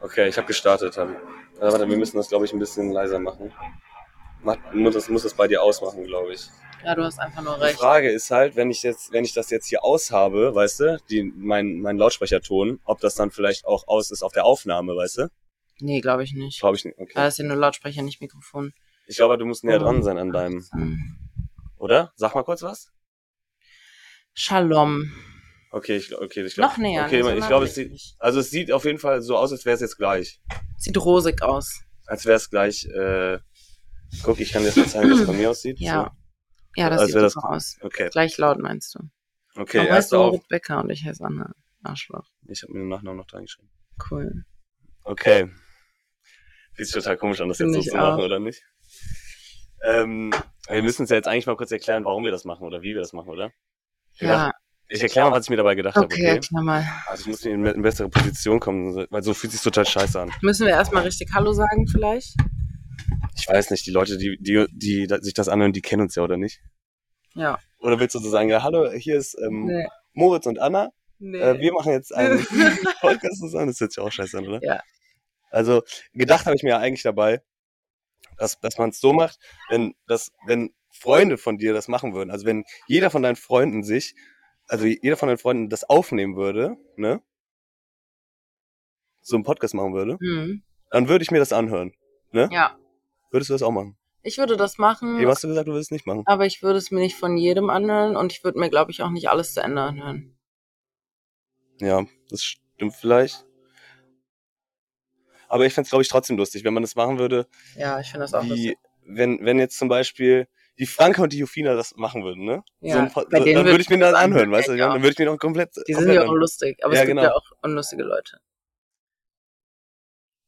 Okay, ich habe gestartet. Hab, äh, warte, wir müssen das, glaube ich, ein bisschen leiser machen. Mach, muss, das, muss das bei dir ausmachen, glaube ich. Ja, du hast einfach nur Die recht. Frage ist halt, wenn ich jetzt, wenn ich das jetzt hier aus habe, weißt du, die, mein, mein Lautsprecherton, ob das dann vielleicht auch aus ist auf der Aufnahme, weißt du? Nee, glaube ich nicht. Glaube ich nicht. Ja, Okay. das ist ja nur Lautsprecher, nicht Mikrofon. Ich glaube, du musst näher Ähm. dran sein an deinem, Hm. oder? Sag mal kurz was. Shalom. Okay, ich, glaub- okay, ich glaube. Noch näher. Okay, also ich noch glaube, es sieht, richtig. also es sieht auf jeden Fall so aus, als wäre es jetzt gleich. Sieht rosig aus. Als wäre es gleich. Äh, guck, ich kann dir jetzt mal zeigen, wie es bei mir aussieht. Ja. Ja, das Als sieht Also wär super das- aus. So. Okay, Gleich laut meinst du. okay, du heißt erste auf. Moritz Becker und ich heiße Anna Arschloch. Ich habe mir den Nachnamen noch dran geschrieben. Cool. Okay. Sieht sich total komisch an, das jetzt Finde so ich zu machen, auch. oder nicht? Ähm, wir müssen es ja jetzt eigentlich mal kurz erklären, warum wir das machen oder wie wir das machen, oder? Genau. Ja, Ich erkläre mal, was ich mir dabei gedacht habe, okay, okay? erklär mal. Also ich muss in eine bessere Position kommen, weil so fühlt sich total scheiße an. Müssen wir erstmal richtig Hallo sagen vielleicht? Ich weiß nicht, die Leute, die, die, die da- sich das anhören, die kennen uns ja, oder nicht? Ja. Oder willst du so sagen, ja, hallo, hier ist ähm, Nee. Moritz und Anna. nee. Äh, wir machen jetzt einen Podcast zusammen. Das hört sich auch scheiße an, oder? Ja. Also gedacht habe ich mir ja eigentlich dabei, dass, dass man es so macht, wenn, dass, wenn Freunde von dir das machen würden. Also wenn jeder von deinen Freunden sich, also jeder von deinen Freunden das aufnehmen würde, ne? So einen Podcast machen würde, Hm. dann würde ich mir das anhören. Ne? Ja. Würdest du das auch machen? Ich würde das machen, Eben hast du gesagt, du würdest es nicht machen. aber ich würde es mir nicht von jedem anhören und ich würde mir, glaube ich, auch nicht alles zu Ende anhören. Ja, das stimmt vielleicht. Aber ich fänd's glaube ich, trotzdem lustig, wenn man das machen würde, Ja, ich finde das auch wie, wenn, wenn jetzt zum Beispiel die Franke und die Jufina das machen würden, ne? Ja, so ein, Po- bei so, denen dann würd würde ich mir das ich- anhören, weißt du? Ja. Dann würde ich mir noch komplett. Die sind ja auch komplett lustig, aber Ja, es gibt genau. ja auch unlustige Leute.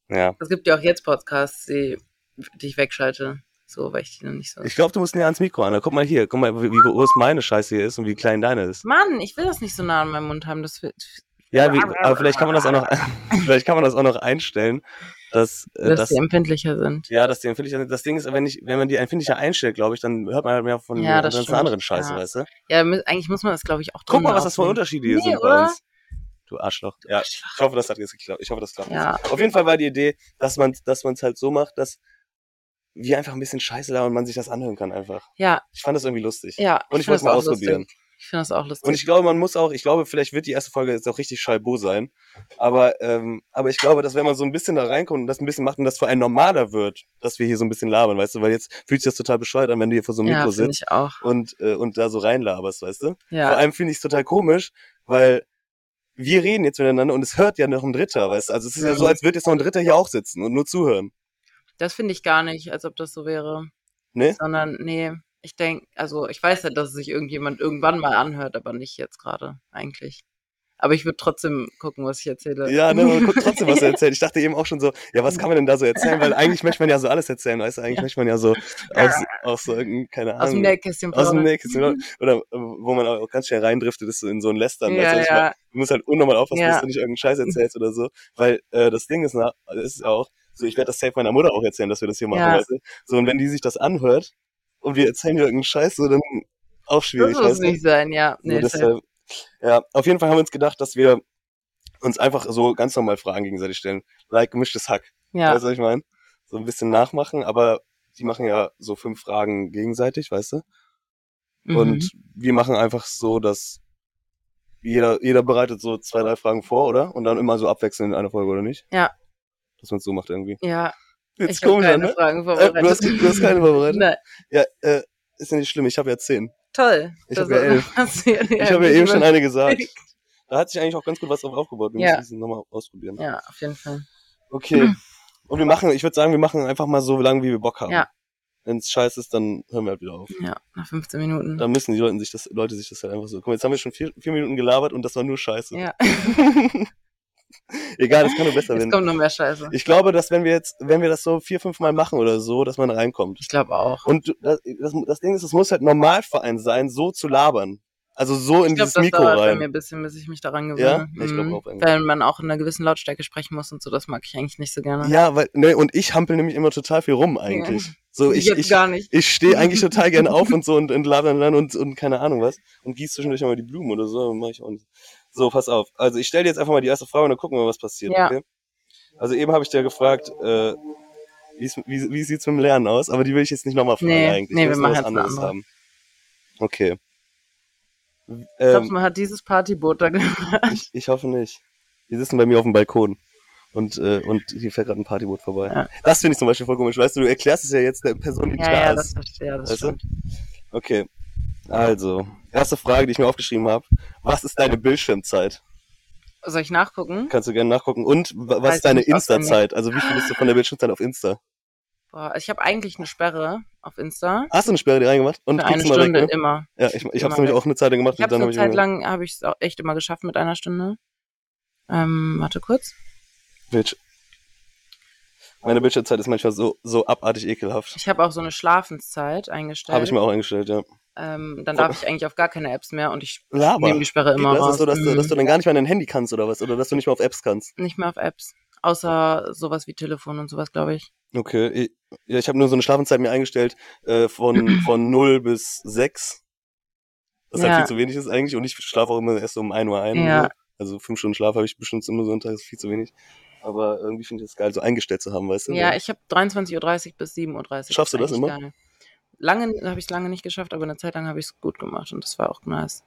anhören. Es gibt ja auch jetzt Podcasts, die, die ich wegschalte, so weil ich die noch nicht so. Ja. Ich glaube, du musst näher ans Mikro an. Guck mal hier, guck mal, wie wie groß meine Scheiße hier ist und wie klein deine ist. Mann, ich will das nicht so nah an meinem Mund haben. Das wird, Ja, wie, aber vielleicht kann man das auch noch, vielleicht kann man das auch noch einstellen, dass, äh, dass dass die empfindlicher sind. ja, dass die empfindlicher sind. Das Ding ist, wenn ich, wenn man die empfindlicher einstellt, glaube ich, dann hört man halt mehr von der Ja, das ganzen stimmt. anderen Scheiße, Ja. weißt du? Ja, mu- eigentlich muss man das, glaube ich, auch Guck mal, drinnen was das für aufnehmen. Unterschiede hier Nee, sind bei oder? uns. Du Arschloch. Ja, ich hoffe, das hat jetzt geklappt. Ich hoffe, das klappt. Ja, Auf jeden Fall war die Idee, dass man es dass man's halt so macht, dass wir einfach ein bisschen scheiße labern und man sich das anhören kann einfach. ja, Ich fand das irgendwie lustig. ja. Und ich muss find das mal auch ausprobieren. Lustig. Ich finde das auch lustig. Und ich glaube, man muss auch, ich glaube, vielleicht wird die erste Folge jetzt auch richtig Schalbo sein. Aber, ähm, aber ich glaube, dass wenn man so ein bisschen da reinkommt und das ein bisschen macht und das für einen normaler wird, dass wir hier so ein bisschen labern, weißt du, weil jetzt fühlt sich das total bescheuert an, wenn du hier vor so einem ja, Mikro finde sitzt ich auch. und, äh, und da so reinlaberst, weißt du? Vor Ja, allem finde ich es total komisch, weil wir reden jetzt miteinander und es hört ja noch ein Dritter, weißt du? Also es ist Mhm. ja so, als würde jetzt noch ein Dritter hier auch sitzen und nur zuhören. das finde ich gar nicht, als ob das so wäre. Ne? Sondern, nee, ich denke, also ich weiß ja, dass es sich irgendjemand irgendwann mal anhört, aber nicht jetzt gerade, eigentlich. Aber ich würde trotzdem gucken, was ich erzähle. Ja, ne, man guckt trotzdem, was er erzählt. Ich dachte eben auch schon so, ja, was kann man denn da so erzählen? Weil eigentlich möchte man ja so alles erzählen, weißt du? Eigentlich möchte man ja so aus, aus so, irgendein- keine Ahnung. Aus dem Nähkästchen Aus dem plaudern. Nähkästchen, oder, oder äh, wo man auch ganz schnell reindriftet, ist so in so ein Lästern. weißt du? Ja, Also ich meine, ja. du musst halt unnormal aufpassen, Ja. Mhm. dass du nicht irgendeinen Scheiß erzählst oder so. Weil äh, das Ding ist, na, ist auch, so ich werde das safe meiner Mutter auch erzählen, dass wir das hier machen, Ja. weißt du? So, und wenn die sich das anhört und wir erzählen ihr irgendeinen Scheiß, so dann auch Das schwierig, muss weißt du? nicht sein, ja. So, Nee, das- deshalb, äh, ja, auf jeden Fall haben wir uns gedacht, dass wir uns einfach so ganz normal Fragen gegenseitig stellen. Like gemischtes Hack. ja. Weißt du, was ich meine? So ein bisschen nachmachen, aber die machen ja so fünf Fragen gegenseitig, weißt du? mhm. Und wir machen einfach so, dass jeder, jeder bereitet so zwei, drei Fragen vor, oder? Und dann immer so abwechselnd in einer Folge, oder nicht? Ja. Dass man es so macht irgendwie. ja, Jetzt ich habe komisch, keine ne? Fragen Äh, vorbereitet. du, hast, du hast keine vorbereitet? Nein, Ja, äh, ist ja nicht schlimm, ich habe ja zehn. toll. Ich Das hab ja ist- elf. hast du ja ich habe ja eben schon elf. eine gesagt. Da hat sich eigentlich auch ganz gut was drauf aufgebaut. Wir Ja. müssen es nochmal ausprobieren. Ja, auf jeden Fall. Okay. Und wir machen, ich würde sagen, wir machen einfach mal so lange, wie wir Bock haben. Ja. Mhm. Wenn es scheiße ist, dann hören wir halt wieder auf. Ja, nach 15 Minuten. Da müssen die Leute sich das, Leute sich das halt einfach so. Guck mal, jetzt haben wir schon vier, vier Minuten gelabert und das war nur scheiße. ja, Egal, das kann nur besser jetzt werden. kommt noch mehr Scheiße. Ich glaube, dass wenn wir jetzt, wenn wir das so vier, fünf Mal machen oder so, dass man reinkommt. Ich glaube auch. Und du- das, das, das Ding ist, es muss halt normal für einen sein, so zu labern. Also so in Ich glaube, dieses das Mikro dauert bei mir rein. ein bisschen, bis ich mich daran gewöhne. Mhm. Ja? Ich glaub auch irgendwie. Weil man auch in einer gewissen Lautstärke sprechen muss und so, das mag ich eigentlich nicht so gerne. Ja, weil, ne, und ich hampel nämlich immer total viel rum eigentlich. So, also ich ich, jetzt ich, gar nicht. ich stehe eigentlich total gern auf und so und, und laber dann und, und keine Ahnung was. Und gieß zwischendurch mal die Blumen oder so, mache ich auch nicht. So, pass auf. Also ich stelle jetzt einfach mal die erste Frage und dann gucken wir, was passiert. Ja. Okay? Also eben habe ich dir gefragt, äh, wie's, wie, wie sieht's mit dem Lernen aus? Aber die will ich jetzt nicht nochmal fragen Nee, eigentlich. nee, Ich wir muss noch machen was anderes jetzt eine andere. haben. Okay. W- Ich glaube, Ähm, man hat dieses Partyboot da gemacht. ich, ich hoffe nicht. Die sitzen bei mir auf dem Balkon. Und, äh, und hier fährt gerade ein Partyboot vorbei. Ja. Das finde ich zum Beispiel voll komisch. Weißt du, du erklärst es ja jetzt der Person, die nicht Ja, da ja, ist. das verstehe ja, das Weißt du? stimmt. Okay. Also, erste Frage, die ich mir aufgeschrieben habe. Was ist deine Bildschirmzeit? Soll ich nachgucken? Kannst du gerne nachgucken. Und wa- was Weiß ist deine ich nicht auswendig. Insta-Zeit? Also, wie viel bist du von der Bildschirmzeit auf Insta? Boah, ich habe eigentlich eine Sperre auf Insta. Hast du eine Sperre dir reingemacht? Und Für eine kriegst du mal Stunde weg, ne? immer. Ja, ich, ich habe Immer es nämlich weg. auch eine Zeit lang gemacht Ich habe und dann habe eine ich Zeit mir lang, habe ich es auch echt immer geschafft mit einer Stunde. Ähm, warte kurz. Bildsch meine Bildschirmzeit ist manchmal so, so abartig ekelhaft. Ich habe auch so eine Schlafenszeit eingestellt. Habe ich mir auch eingestellt, ja. ähm, dann darf ich eigentlich auf gar keine Apps mehr und ich Laber. nehme die Sperre immer das raus. ist so, dass, du, Mhm. dass du dann gar nicht mehr an dein Handy kannst oder was? Oder dass du nicht mehr auf Apps kannst. Nicht mehr auf Apps. Außer sowas wie Telefon und sowas, glaube ich. Okay. Ich, ja, ich habe nur so eine Schlafenszeit mir eingestellt äh, von, von 0 bis 6. Was Ja. halt viel zu wenig ist eigentlich. Und ich schlafe auch immer erst so um 1 Uhr ein. Ja. So. Also fünf Stunden Schlaf habe ich bestimmt immer so einen Tag, ist viel zu wenig. Aber irgendwie finde ich das geil, so eingestellt zu haben, weißt du? Ja, ich habe 23.30 Uhr bis 7.30 Uhr. Schaffst du das eigentlich immer? Geil. Lange habe ich es lange nicht geschafft, aber eine Zeit lang habe ich es gut gemacht und das war auch nice.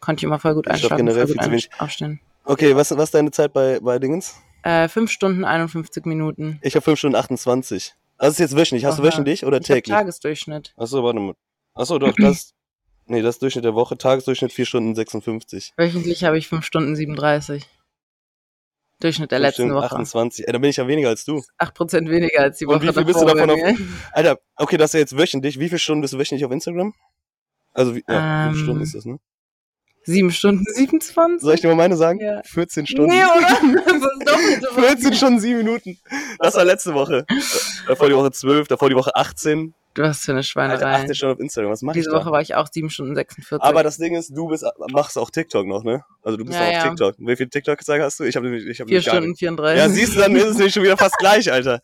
Konnte ich immer voll gut Ich schaff einschlafen, voll generell gut viel zu wenig. ein- aufstehen. Okay, was, was ist deine Zeit bei, bei Dingens? Äh, 5 Stunden 51 Minuten. Ich habe 5 Stunden 28. Das ist jetzt wöchentlich. Hast du Aha. wöchentlich oder Ich hab täglich? Tagesdurchschnitt. Achso, warte mal. Achso, doch, das. Nee, das ist Durchschnitt der Woche. Tagesdurchschnitt 4 Stunden 56. Wöchentlich habe ich 5 Stunden 37. Durchschnitt der Fünf letzten Stunden Woche. 28. Ey, da bin ich ja weniger als du. 8% weniger als die Und Woche wie viel bist du davor davon bei mir. Alter, okay, das ist ja jetzt wöchentlich. Wie viele Stunden bist du wöchentlich auf Instagram? Also, wie, ja, wie Ähm. viele Stunden ist das, ne? 7 Stunden 27? Soll ich dir mal meine sagen? Ja. 14 Stunden. Nee, oder? Das ist doppelte Woche. 14 Stunden, 7 Minuten. Das war letzte Woche. Äh, Davor die Woche 12, davor die Woche 18. Du hast für eine Alter, Schweinerei. 18 Stunden auf Instagram. Was mach ich Diese da? Woche war ich auch 7 Stunden 46. Aber das Ding ist, du bist, machst auch TikTok noch, ne? Also du bist Ja, auch auf ja. TikTok. Wie viel TikTok gesagt hast du? Ich habe nämlich, ich habe 4 nämlich gar Stunden nicht. 34. Ja, siehst du, dann ist es nämlich schon wieder fast gleich, Alter.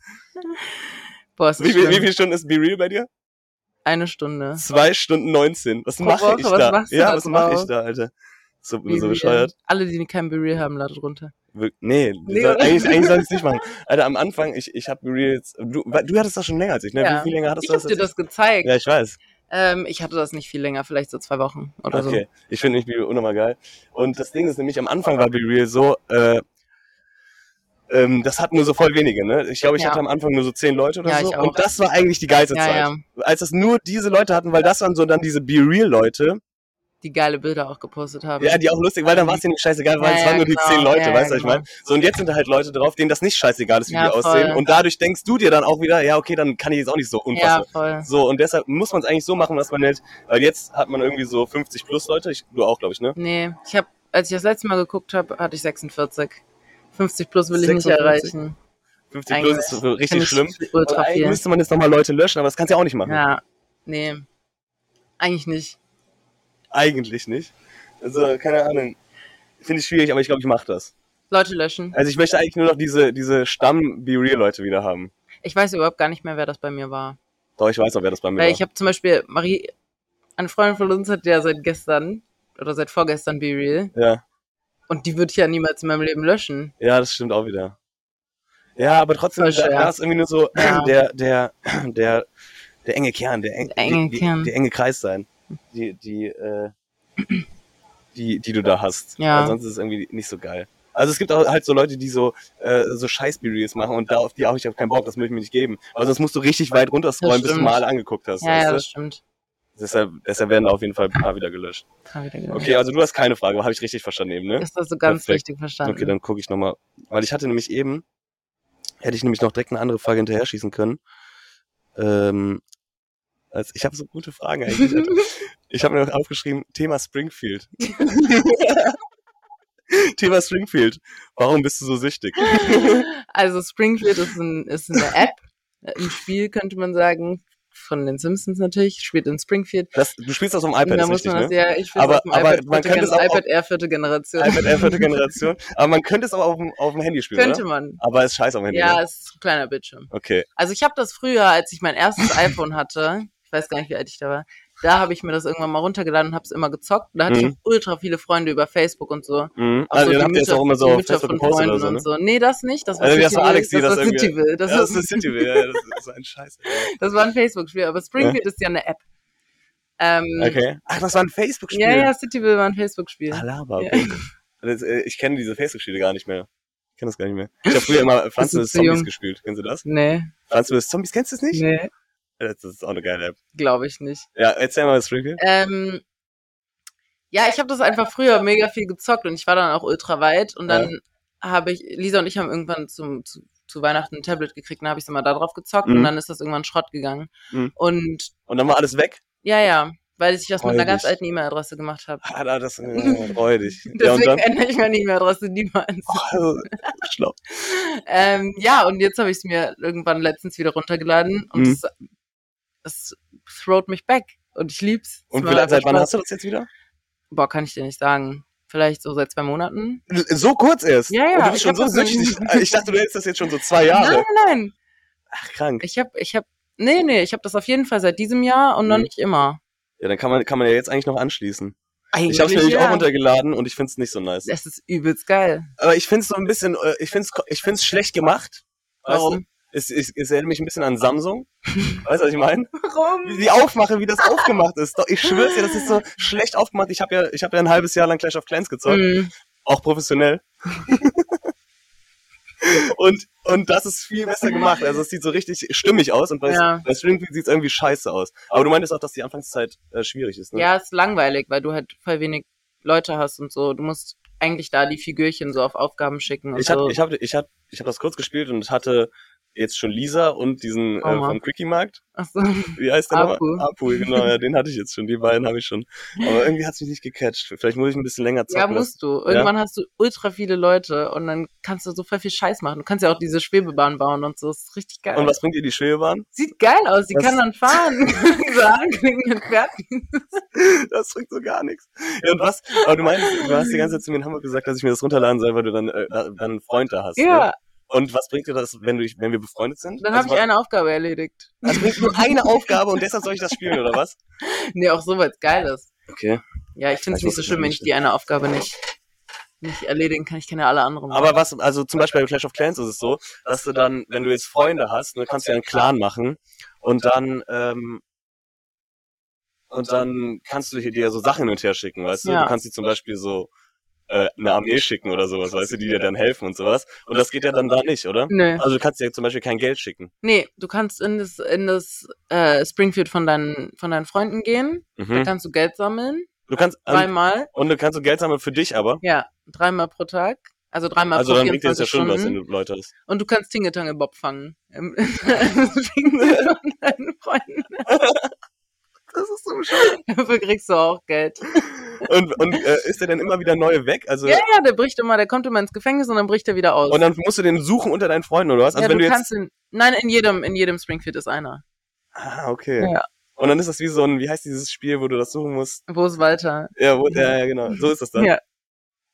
Boah, ist das Wie, viel, wie schlimm. viele Stunden ist Be Real bei dir? Eine Stunde. Zwei Stunden 19. Was Pro mache ich Woche, was da? machst du ja, da was mache ich drauf? da, Alter? So, Wie so wir- bescheuert. Alle, die kein Be-Real haben, lade runter. Wir- Nee, Nee, soll, oder? eigentlich, eigentlich soll ich es nicht machen. Alter, am Anfang, ich, ich habe Be Real jetzt. Du, wa- du hattest das schon länger als ich, ne? Ja. Wie viel länger hattest Ich du hab das? dir als das ich? gezeigt. Ja, ich weiß. Ähm, ich hatte das nicht viel länger, vielleicht so zwei Wochen oder Okay, ich finde nämlich Be Real unnormal geil. Und das Ding ist nämlich, am Anfang war Be Real so, äh, ähm, das hatten nur so voll wenige, ne? Ich glaube, ich Ja. hatte am Anfang nur so zehn Leute oder Ja, so. ich auch. Und das war eigentlich die geilste so. Ja, Zeit. ja. Als das nur diese Leute hatten, weil das waren so dann diese Be Real-Leute, Die geile Bilder auch gepostet haben. ja, die auch lustig, weil dann war es denen scheißegal, weil Ja, es waren ja, nur die genau. zehn Leute, weißt Ja, du, ja, was ich meine? So, und jetzt sind da halt Leute drauf, denen das nicht scheißegal ist, wie Ja, die voll. aussehen. Und dadurch denkst du dir dann auch wieder, ja, okay, dann kann ich jetzt auch nicht so ja unfassbar. voll. So, und deshalb muss man es eigentlich so machen, dass man nicht, weil jetzt hat man irgendwie so 50 plus Leute, ich, du auch, glaube ich, ne? Nee, ich habe, als ich das letzte Mal geguckt habe, hatte ich 46. 50 plus will ich nicht 56? erreichen. 50 Eigentlich plus ist so richtig Finde ich schlimm. Und Ultra eigentlich viel. müsste man jetzt nochmal Leute löschen, aber das kannst du ja auch nicht machen. Ja, nee. Eigentlich nicht. Eigentlich nicht. Also, keine Ahnung. Finde ich schwierig, aber ich glaube, ich mache das. Leute löschen. Also ich möchte eigentlich nur noch diese, diese Stamm-Be-Real-Leute wieder haben. Ich weiß überhaupt gar nicht mehr, wer das bei mir war. Doch, ich weiß noch, wer das bei mir Weil war. ich habe zum Beispiel, Marie, eine Freundin von uns hat ja seit gestern oder seit vorgestern Be Real ja. und die würde ich ja niemals in meinem Leben löschen. Ja, das stimmt auch wieder. Ja, aber trotzdem, Voll da, schwer. da ist irgendwie nur so Ja. der, der, der, der enge Kern, der, eng, Der enge die, Kern. Die, der enge Kreis sein, die, die, äh, die, die du da hast. Ja. Weil sonst ist es irgendwie nicht so geil. Also es gibt auch halt so Leute, die so, äh, so Scheiß-Be-Reels machen und da auf die habe ich auch keinen Bock, das möchte ich mir nicht geben. Weil sonst musst du richtig weit runterscrollen, Das bis du stimmt. mal alle angeguckt hast. Ja, ja, das weißt stimmt. du? deshalb, deshalb werden da auf jeden Fall ein paar wieder gelöscht. Hab wieder gedacht. Okay, also du hast keine Frage, habe ich richtig verstanden eben, ne? Ist das so ganz Perfekt. richtig verstanden? Okay, dann gucke ich nochmal. Weil ich hatte nämlich eben, hätte ich nämlich noch direkt eine andere Frage hinterher schießen können. Ähm, also ich habe so gute Fragen eigentlich. Alter. ich habe mir noch aufgeschrieben, Thema Springfield. Thema Springfield. Warum bist du so süchtig? also Springfield ist, ein, ist eine App, äh, ein Spiel könnte man sagen, von den Simpsons natürlich, spielt in Springfield. Das, du spielst das auf dem iPad, da ist muss richtig, man ne? das ja, ich finde Aber- auf dem aber iPad, man vierte könnte es Gen- auch- iPad Air vierte Generation. iPad Air vierte Generation. Aber man könnte es auch auf dem, auf dem Handy spielen, könnte oder? man. Aber es ist scheiße auf dem Handy. Ja, Ne? ist ein kleiner Bildschirm. Okay. Also ich habe das früher, als ich mein erstes iPhone hatte, ich weiß gar nicht, wie alt ich da war, da habe ich mir das irgendwann mal runtergeladen und habe es immer gezockt. Da hatte ich Mhm. auch ultra viele Freunde über Facebook und so. Mhm. Auch Also, so dann habt die ihr jetzt Mütter- auch immer so die auf Mütter Facebook von gepostet Freunden oder so, und ne? so. Nee, das nicht. Das war Also, wie hast du Cityville, Alex, die das das war irgendwie- Cityville. Das, ja, das ist- ist Cityville, ja, das ist ein Scheiß. ey. das war ein Facebook-Spiel, aber Springfield ist ja eine App. Ähm, Okay. Hm. Ach, das war ein Facebook-Spiel. Ja, ja, Cityville war ein Facebook-Spiel. Alaba. Ja. Das, äh, Ich kenne diese Facebook-Spiele gar nicht mehr. Ich kenne das gar nicht mehr. Ich habe früher immer Pflanzen du des zu Zombies jung. gespielt. Kennst du das? Nee, Pflanzen des Zombies, kennst du das nicht? nee, Das ist auch eine geile App. glaube ich nicht. Ja, erzähl mal, Springfield. Ähm, ja, ich habe das einfach früher mega viel gezockt und ich war dann auch ultra weit und dann habe ich, Lisa und ich haben irgendwann zum, zu, zu Weihnachten ein Tablet gekriegt und habe ich immer da drauf gezockt und Mhm. dann ist das irgendwann Schrott gegangen. Mhm. Und Und dann war alles weg. ja, ja, weil ich das mit einer Freudig. ganz alten E-Mail-Adresse gemacht habe. Ah, da- das äh, freudig. ja, und Deswegen dann? ändere ich meine E-Mail-Adresse niemals. Oh, schlau. Ähm, ja, und jetzt habe ich es mir irgendwann letztens wieder runtergeladen und Mhm. es, es throwt mich back und ich lieb's. Es Und wie macht lange, seit einfach wann Spaß. hast du das jetzt wieder? Boah, kann ich dir nicht sagen. Vielleicht so seit zwei Monaten. So kurz erst? Ja, ja, Und du bist ich schon hab so das noch süchtig. Äh, nie- Ich dachte, du hättest das jetzt schon so zwei Jahre. Nein, nein, nein. Ach, krank. Ich habe, ich habe, nee, nee, ich habe das auf jeden Fall seit diesem Jahr und noch Mhm. nicht immer. Ja, dann kann man, kann man ja jetzt eigentlich noch anschließen. Eigentlich, Ich habe es nämlich ja. auch runtergeladen und ich find's nicht so nice. Das ist übelst geil. Aber ich find's so ein bisschen, äh, ich find's, ich find's schlecht gemacht. Weißt Warum? du? Es, es, es erinnert mich ein bisschen an Samsung. Weißt du, was ich meine? Wie Warum? die aufmache, wie das aufgemacht ist. Doch, ich schwör's dir, das ist so schlecht aufgemacht. Ich habe ja, ich habe ja ein halbes Jahr lang Clash of Clans gezockt. Mhm. Auch professionell. und, und das ist viel besser gemacht. Also es sieht so richtig stimmig aus und bei, Ja. bei Springfield sieht's irgendwie scheiße aus. Aber du meintest auch, dass die Anfangszeit äh, schwierig ist, ne? Ja, ist langweilig, weil du halt voll wenig Leute hast und so. Du musst eigentlich da die Figürchen so auf Aufgaben schicken und Ich so. habe ich hab, ich hab, ich hab das kurz gespielt und hatte jetzt schon Lisa und diesen äh, Oma. vom Quickie Markt. Ach so. Wie heißt der Apu. nochmal? Apu, genau, ja, den hatte ich jetzt schon, die beiden habe ich schon. Aber irgendwie hat's mich nicht gecatcht. Vielleicht muss ich ein bisschen länger Ja, zocken. das- musst du. Irgendwann hast du ultra viele Leute und dann kannst du so voll viel Scheiß machen. Du kannst ja auch diese Schwebebahn bauen und so. Das ist richtig geil. und was bringt ihr die Schwebebahn? Sieht geil aus. Die Das- kann dann fahren. so anklingenden Pferden. Das bringt so gar nichts. Ja, und was? Aber du meinst, du hast die ganze Zeit zu mir in Hamburg gesagt, dass ich mir das runterladen soll, weil du dann, äh, dann einen Freund da hast. Ne? Ja, Und was bringt dir das, wenn, du, wenn wir befreundet sind? dann habe ich was- eine Aufgabe erledigt. das bringt nur eine Aufgabe und deshalb soll ich das spielen, oder was? Nee, auch so, weil's geil ist. Okay. Ja, ich finde es Ich nicht so muss schlimm, wenn ich die eine Aufgabe nicht, nicht erledigen kann. Ich kann ja alle anderen machen. Aber was, also zum Beispiel bei Clash of Clans ist es so, dass du dann, wenn du jetzt Freunde hast, dann kannst du ja einen Clan machen und dann, ähm, und dann kannst du hier dir so Sachen hin und her schicken, weißt du? Ja. Du kannst dir zum Beispiel so äh, eine Armee schicken oder sowas, weißt du, die dir dann helfen und sowas. Und das geht ja dann da nicht, oder? Nö. Also du kannst dir zum Beispiel kein Geld schicken. Nee, du kannst in das, in das äh, Springfield von deinen, von deinen Freunden gehen. Da kannst du Geld sammeln. Mhm. Du kannst und, Dreimal. und du kannst so Geld sammeln für dich aber. Ja, dreimal pro Tag. Also dreimal Also pro dann bringt dir das ja 24 schon was, wenn Stunden. du Leute hast. Und du kannst Tingetange Bob fangen. Im- im Springfield von deinen Freunden. Das ist so Dafür kriegst du auch Geld. Und, und äh, ist der dann immer wieder neue weg? Also Ja, ja, der bricht immer, der kommt immer ins Gefängnis und dann bricht er wieder aus. Und dann musst du den suchen unter deinen Freunden oder was? Also ja, wenn du, du jetzt. kannst in, nein, in jedem, in jedem Springfield ist einer. Ah, okay. Ja. Und dann ist das wie so ein, wie heißt dieses Spiel, wo du das suchen musst? Wo ist Walter? Ja, wo, ja, ja genau. So ist das dann. Ja.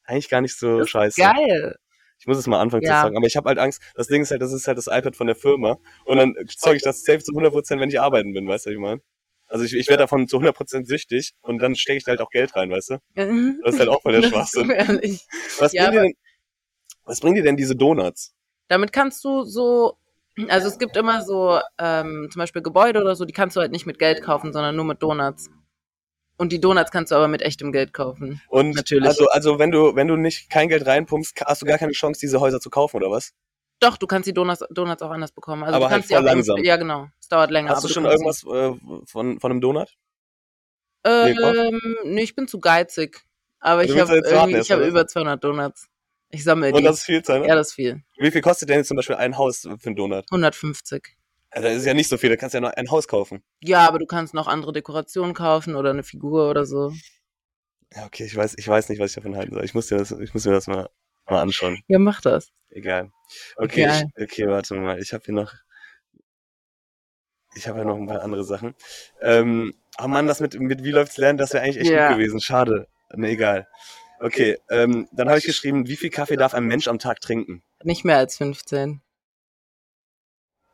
Eigentlich gar nicht so Das ist scheiße. Geil. Ich muss es mal anfangen Ja. zu sagen. Aber ich habe halt Angst, das Ding ist halt, das ist halt das iPad von der Firma. Und dann zeige ich das safe zu 100%, wenn ich arbeiten bin, weißt du, was ich meine? Also ich, ich werde davon zu 100% süchtig und dann stecke ich da halt auch Geld rein, weißt du? Mhm. Das ist halt auch voll der Schwachsinn. Ehrlich. Was, Ja, bringt dir denn, was bringt dir denn diese Donuts? Damit kannst du so, also es gibt immer so ähm, zum Beispiel Gebäude oder so, die kannst du halt nicht mit Geld kaufen, sondern nur mit Donuts. Und die Donuts kannst du aber mit echtem Geld kaufen. Und Natürlich. also, also wenn du, wenn du nicht kein Geld reinpumpst, ka- hast du gar keine Chance, diese Häuser zu kaufen, oder was? Doch, du kannst die Donuts, Donuts auch anders bekommen. Also Aber du kannst halt voll die auch langsam. Ja, genau. Es dauert länger. Hast aber du schon kannst irgendwas äh, von, von einem Donut? sie- gekauft? Ähm, nee, ich bin zu geizig. Aber Du ich willst habe jetzt warten irgendwie, erst, ich habe oder? über 200 Donuts. Ich sammle Äh, die. Und das ist viel Zeit, ne? ja, das ist viel. Wie viel kostet denn jetzt zum Beispiel ein Haus für einen Donut? 150. Also das ist ja nicht so viel, da kannst du ja noch ein Haus kaufen. Ja, aber du kannst noch andere Dekorationen kaufen oder eine Figur oder so. Ja, okay, ich weiß, ich weiß nicht, was ich davon halten soll. Ich muss dir das, ich muss mir das mal, mal anschauen. Ja, mach das. Egal. Okay, Egal. Ich, okay, warte mal. Ich habe hier noch. Ich habe ja noch ein paar andere Sachen. Ähm, oh Mann, das mit, mit Wie läuft's lernen, das wäre eigentlich echt Ja. gut gewesen. Schade. Ne, egal. Okay, ähm, dann habe ich geschrieben, wie viel Kaffee darf ein Mensch am Tag trinken? Nicht mehr als 15.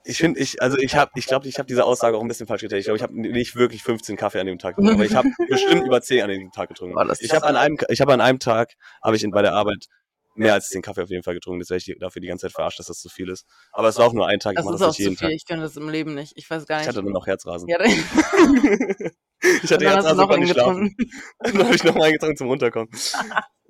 Ich finde, ich, also ich habe, ich glaube, ich habe diese Aussage auch ein bisschen falsch getätigt. Ich glaube, ich habe nicht wirklich 15 Kaffee an dem Tag getrunken, aber ich habe bestimmt über 10 an dem Tag getrunken. Boah, das ist ich habe an einem, ich habe an einem Tag, habe ich in, bei der Arbeit mehr als 10 Kaffee auf jeden Fall getrunken. Jetzt werde ich die- dafür die ganze Zeit verarscht, dass das zu viel ist. Aber es war auch nur ein Tag, ich Das mache ist das auch nicht zu jeden viel. Tag. Ich kann das im Leben nicht. Ich weiß gar Ich nicht. hatte nur noch Herzrasen. ja, dann, ich hatte dann hast du Herzrasen, noch konnte einen nicht schlafen. getrunken. dann habe ich noch mal eingetrunken zum Runterkommen.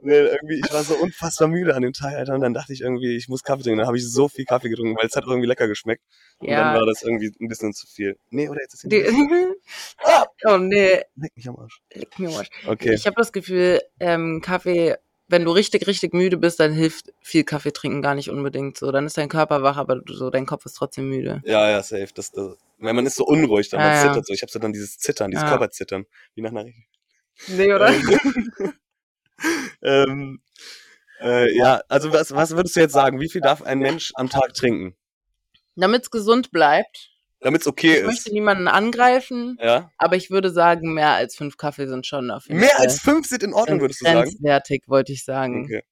Nee, irgendwie, ich war so unfassbar müde an dem Tag, Alter. Und dann dachte ich irgendwie, ich muss Kaffee trinken. Dann habe ich so viel Kaffee getrunken, weil es hat irgendwie lecker geschmeckt. Und dann Ja. war das irgendwie ein bisschen zu viel. Nee, oder jetzt ist es Die, oh nee, Leck mich am Arsch. leck mir Arsch. Okay. Ich habe das Gefühl, ähm, Kaffee, wenn du richtig, richtig müde bist, dann hilft viel Kaffee trinken gar nicht unbedingt so. Dann ist dein Körper wach, aber du, so dein Kopf ist trotzdem müde. Ja, ja, safe. Das, das, weil man ist so unruhig dann, man Ah, ja. zittert so. Ich habe so dann dieses Zittern, dieses Ja. Körperzittern. Wie nach einer Nee, Ähm, ähm, äh, ja, also was, was würdest du jetzt sagen? Wie viel darf ein Mensch am Tag trinken? Damit es gesund bleibt. Damit es okay Ich ist. möchte niemanden angreifen, Ja? aber ich würde sagen, mehr als fünf Kaffee sind schon auf jeden Mehr Fall. als fünf sind in Ordnung, würdest du sagen? Grenzwertig, wollte ich sagen. Okay.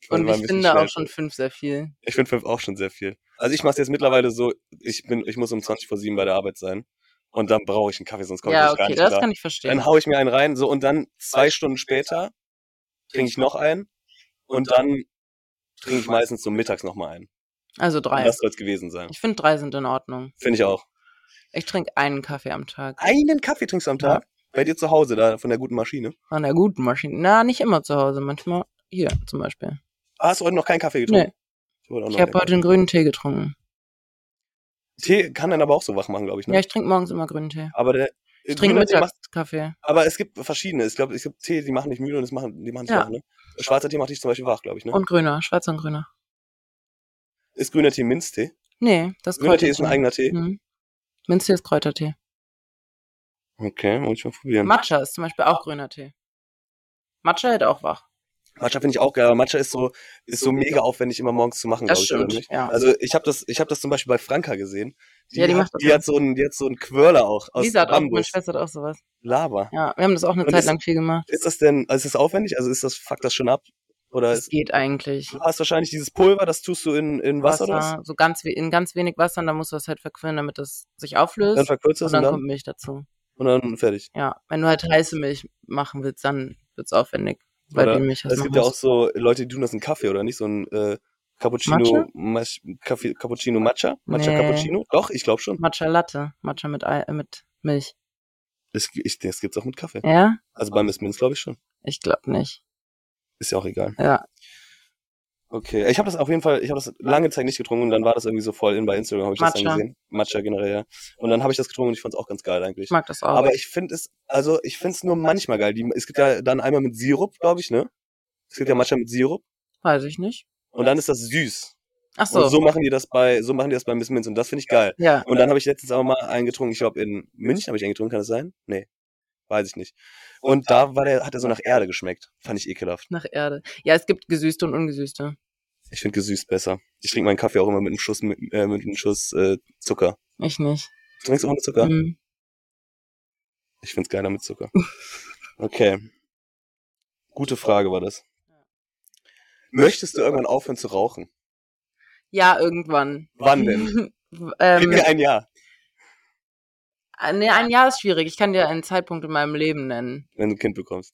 Ich Und war ein ich bisschen finde schnell. auch schon fünf sehr viel. Ich finde fünf auch schon sehr viel. Also ich mache es jetzt mittlerweile so, ich bin, ich muss um 20 vor sieben bei der Arbeit sein. Und dann brauche ich einen Kaffee, sonst komme Ja, ich gar okay, nicht das klar. kann ich verstehen. Dann hau ich mir einen rein, so und dann zwei Stunden später trinke ich noch einen und dann trinke ich meistens so mittags nochmal einen. Also Und drei. das soll es gewesen sein. Ich finde, drei sind in Ordnung. Finde ich auch. Ich trinke einen Kaffee am Tag. Einen Kaffee trinkst du am Tag? Bei dir zu Hause, da von der guten Maschine. An der guten Maschine. Na, nicht immer zu Hause. Manchmal hier zum Beispiel. Ah, hast du heute noch keinen Kaffee getrunken? Ich, wollte auch Ich noch habe einen heute einen grünen Tee getrunken. Tee kann dann aber auch so wach machen, glaube ich. Ne? Ja, ich trinke morgens immer grünen Tee. aber der Ich trinke grüner Tee macht- Mittagskaffee. Aber es gibt verschiedene. Ich glaube, es gibt Tee, die machen dich müde und das machen, die machen dich Ja. wach, ne? Schwarzer Tee macht dich zum Beispiel wach, glaube ich, ne? Und grüner, schwarzer und grüner. ist grüner Tee Minztee? Nee, das ist Grüner Tee ist ein Kräutertee. eigener Tee. Mhm. Minztee ist Kräutertee. Okay, muss ich mal probieren. Matcha ist zum Beispiel auch grüner Tee. Matcha hält auch wach. Matcha finde ich auch geil, aber Matcha ist so, ist so mega aufwendig immer morgens zu machen, Das glaube ich, stimmt, oder nicht? ja. Also ich habe das, ich habe das zum Beispiel bei Franka gesehen. Ja, die hat, macht das die auch. hat so einen, die hat so einen Quirler auch aus Lisa hat auch, meine Bambus. Schwester hat auch sowas. Lava. Ja, wir haben das auch eine Und Zeit ist- lang viel gemacht. Ist das denn, also ist das aufwendig? Also ist das, fuck das schon ab? Oder Das ist, geht eigentlich. du hast wahrscheinlich dieses Pulver, das tust du in, in Wasser, oder was? so ganz we- in ganz wenig Wasser und dann musst du das halt verquirlen, damit das sich auflöst. Dann verkürzt und es dann, und kommt dann, Milch dazu. und dann fertig. Ja, wenn du halt heiße Milch machen willst, dann wird's aufwendig, weil Oder die Milch das es machen gibt ja auch muss. so Leute, die tun das in Kaffee, oder nicht? So ein äh, Cappuccino, Matcha? Masch, Kaffee, Cappuccino Matcha? Matcha Nee. Cappuccino? Doch, ich glaube schon. Matcha Latte, Matcha mit Ei, äh, mit Milch. Das, ich, das gibt's auch mit Kaffee. Ja? Also bei Miss Minz glaube ich schon. Ich glaube nicht. Ist ja auch egal. Ja. Okay, ich habe das auf jeden Fall, ich habe das lange Zeit nicht getrunken und dann war das irgendwie so voll in bei Instagram, habe ich das Matcha. dann gesehen. Matcha generell, ja. Und dann habe ich das getrunken und ich fand's auch ganz geil eigentlich. Ich mag das auch. Aber ich finde es, also ich finde es nur manchmal geil. Die, es gibt ja dann einmal mit Sirup, glaube ich, ne? Es gibt ja Matcha mit Sirup Weiß ich nicht. und dann ist das süß. Ach So. so. Und so machen die das bei, so machen die das bei Miss Minz und das finde ich geil. Ja. Und dann habe ich letztens auch mal einen getrunken, ich glaube in München habe ich einen getrunken, kann das sein? Nee, weiß ich nicht. Und da war der, hat er so nach Erde geschmeckt. Fand ich ekelhaft. Nach Erde. Ja, es gibt gesüßte und ungesüßte. Ich finde gesüßt besser. Ich trinke meinen Kaffee auch immer mit einem Schuss, mit, äh, mit einem Schuss äh, Zucker. Ich nicht. Du trinkst ohne Zucker? Hm. Ich finde es geiler mit Zucker. Okay. Gute Frage war das. Möchtest du irgendwann aufhören zu rauchen? Ja, irgendwann. Wann denn? Gib ähm, äh, mir ein Jahr. nee, ein Jahr ist schwierig. Ich kann dir einen Zeitpunkt in meinem Leben nennen. Wenn du ein Kind bekommst.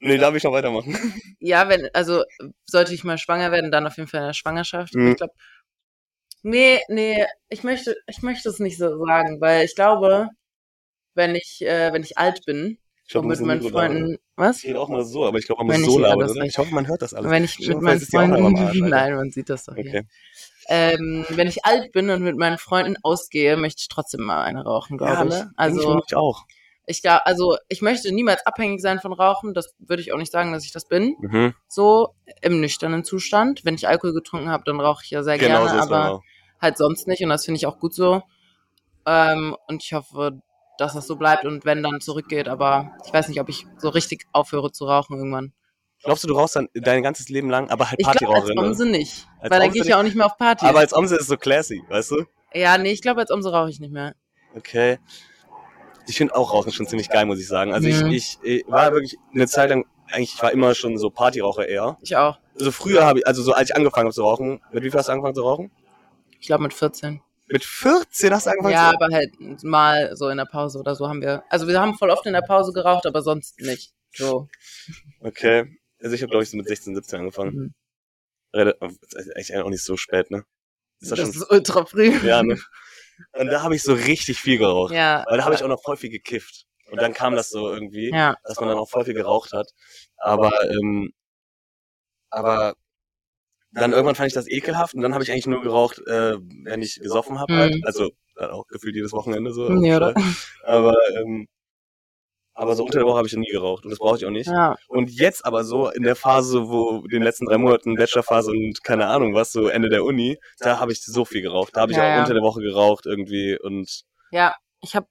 Nee, darf ich noch weitermachen? Ja, wenn, also äh, sollte ich mal schwanger werden, dann auf jeden Fall in der Schwangerschaft. Mhm. Ich glaube, nee, nee, ich möchte, ich möchte es nicht so sagen, weil ich glaube, wenn ich, äh, wenn ich alt bin Ich glaub, und wir müssen mit meinen so labern. Freunden, Das was? geht auch mal so, aber ich glaube, man Wenn muss ich so hier labern, das oder? recht- Ich hoffe, man hört das alles. Wenn ich also Ich hoffe, mit meinen es ist dir auch noch am Freunden, Arsch, Alter. nein, man sieht das doch hier. Okay. Ähm, wenn ich alt bin und mit meinen Freunden ausgehe, möchte ich trotzdem mal eine rauchen, glaube ich. Also, Also Eigentlich ich auch. ich glaube, also ich möchte niemals abhängig sein von Rauchen. Das würde ich auch nicht sagen, dass ich das bin. Mhm. so im nüchternen Zustand. Wenn ich Alkohol getrunken habe, dann rauche ich ja sehr Genau so gerne, ist man aber auch. halt sonst nicht und das finde ich auch gut so. Ähm, und ich hoffe, dass das so bleibt und wenn dann zurückgeht, aber ich weiß nicht, ob ich so richtig aufhöre zu rauchen irgendwann. Glaubst du, du rauchst dann dein ganzes Leben lang, aber halt Ich also glaube, als Partyraucherin? oder? Omse nicht, Als weil da Omse gehe ich ja auch nicht mehr auf Party. Aber als Omse ist es so classy, weißt du? ja, nee, ich glaube, als Omse rauche ich nicht mehr. Okay. Ich finde auch Rauchen schon ziemlich geil, muss ich sagen. Also Mhm. ich, ich, ich war wirklich eine Zeit lang, eigentlich ich war immer schon so Partyraucher eher. Ich auch. Also früher habe ich, also so als ich angefangen habe zu rauchen, mit wie viel hast du angefangen zu rauchen? Ich glaube mit 14. Mit 14 hast du angefangen Ja, zu aber halt mal so in der Pause oder so haben wir. Also wir haben voll oft in der Pause geraucht, aber sonst nicht. So. Okay. Also ich habe, glaube ich, so mit 16, 17 angefangen. Mhm. Rel- ist Eigentlich auch nicht so spät, ne? Ist das, Das schon? ist ultra früh. Ja, ne? Und da habe ich so richtig viel geraucht. Ja. Aber da habe ich auch noch voll viel gekifft. Und dann kam das so irgendwie, Ja. dass man dann auch voll viel geraucht hat. Aber, ähm, aber dann irgendwann fand ich das ekelhaft und dann habe ich eigentlich nur geraucht, äh, wenn ich gesoffen habe. Mhm. Halt. Also dann auch gefühlt jedes Wochenende so. Äh, Ja, oder? Aber, ähm, aber so unter der Woche habe ich nie geraucht und das brauche ich auch nicht. Ja. Und jetzt aber so in der Phase, wo in den letzten drei Monaten Bachelorphase und keine Ahnung was, so Ende der Uni, da habe ich so viel geraucht. Da habe ich Ja, auch ja. unter der Woche geraucht irgendwie und ja. Ich habe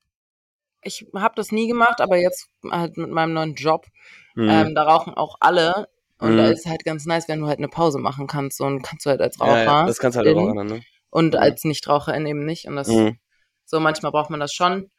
ich hab das nie gemacht, aber jetzt halt mit meinem neuen Job, mh, ähm, da rauchen auch alle. Und Mhm. da ist halt ganz nice, wenn du halt eine Pause machen kannst. So, und kannst du halt als Raucher ja, ja, das kannst du halt auch in- ändern, ne? und Mhm. als Nichtraucherin eben nicht. Und das Mhm. So, manchmal braucht man das schon.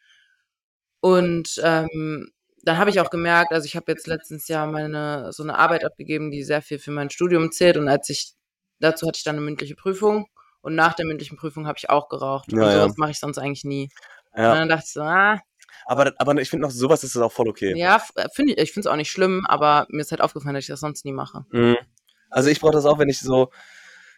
Und ähm, dann habe ich auch gemerkt, also ich habe jetzt letztens Jahr meine so eine Arbeit abgegeben, die sehr viel für mein Studium zählt. Und als ich dazu hatte ich dann eine mündliche Prüfung und nach der mündlichen Prüfung habe ich auch geraucht. Ja, und ja. sowas mache ich sonst eigentlich nie. Und Ja. dann dachte ich so, ah, Aber, aber ich finde noch sowas ist das auch voll okay. ja, f- äh, finde ich, ich finde es auch nicht schlimm, aber mir ist halt aufgefallen, dass ich das sonst nie mache. Mhm. Also ich brauche das auch, wenn ich so,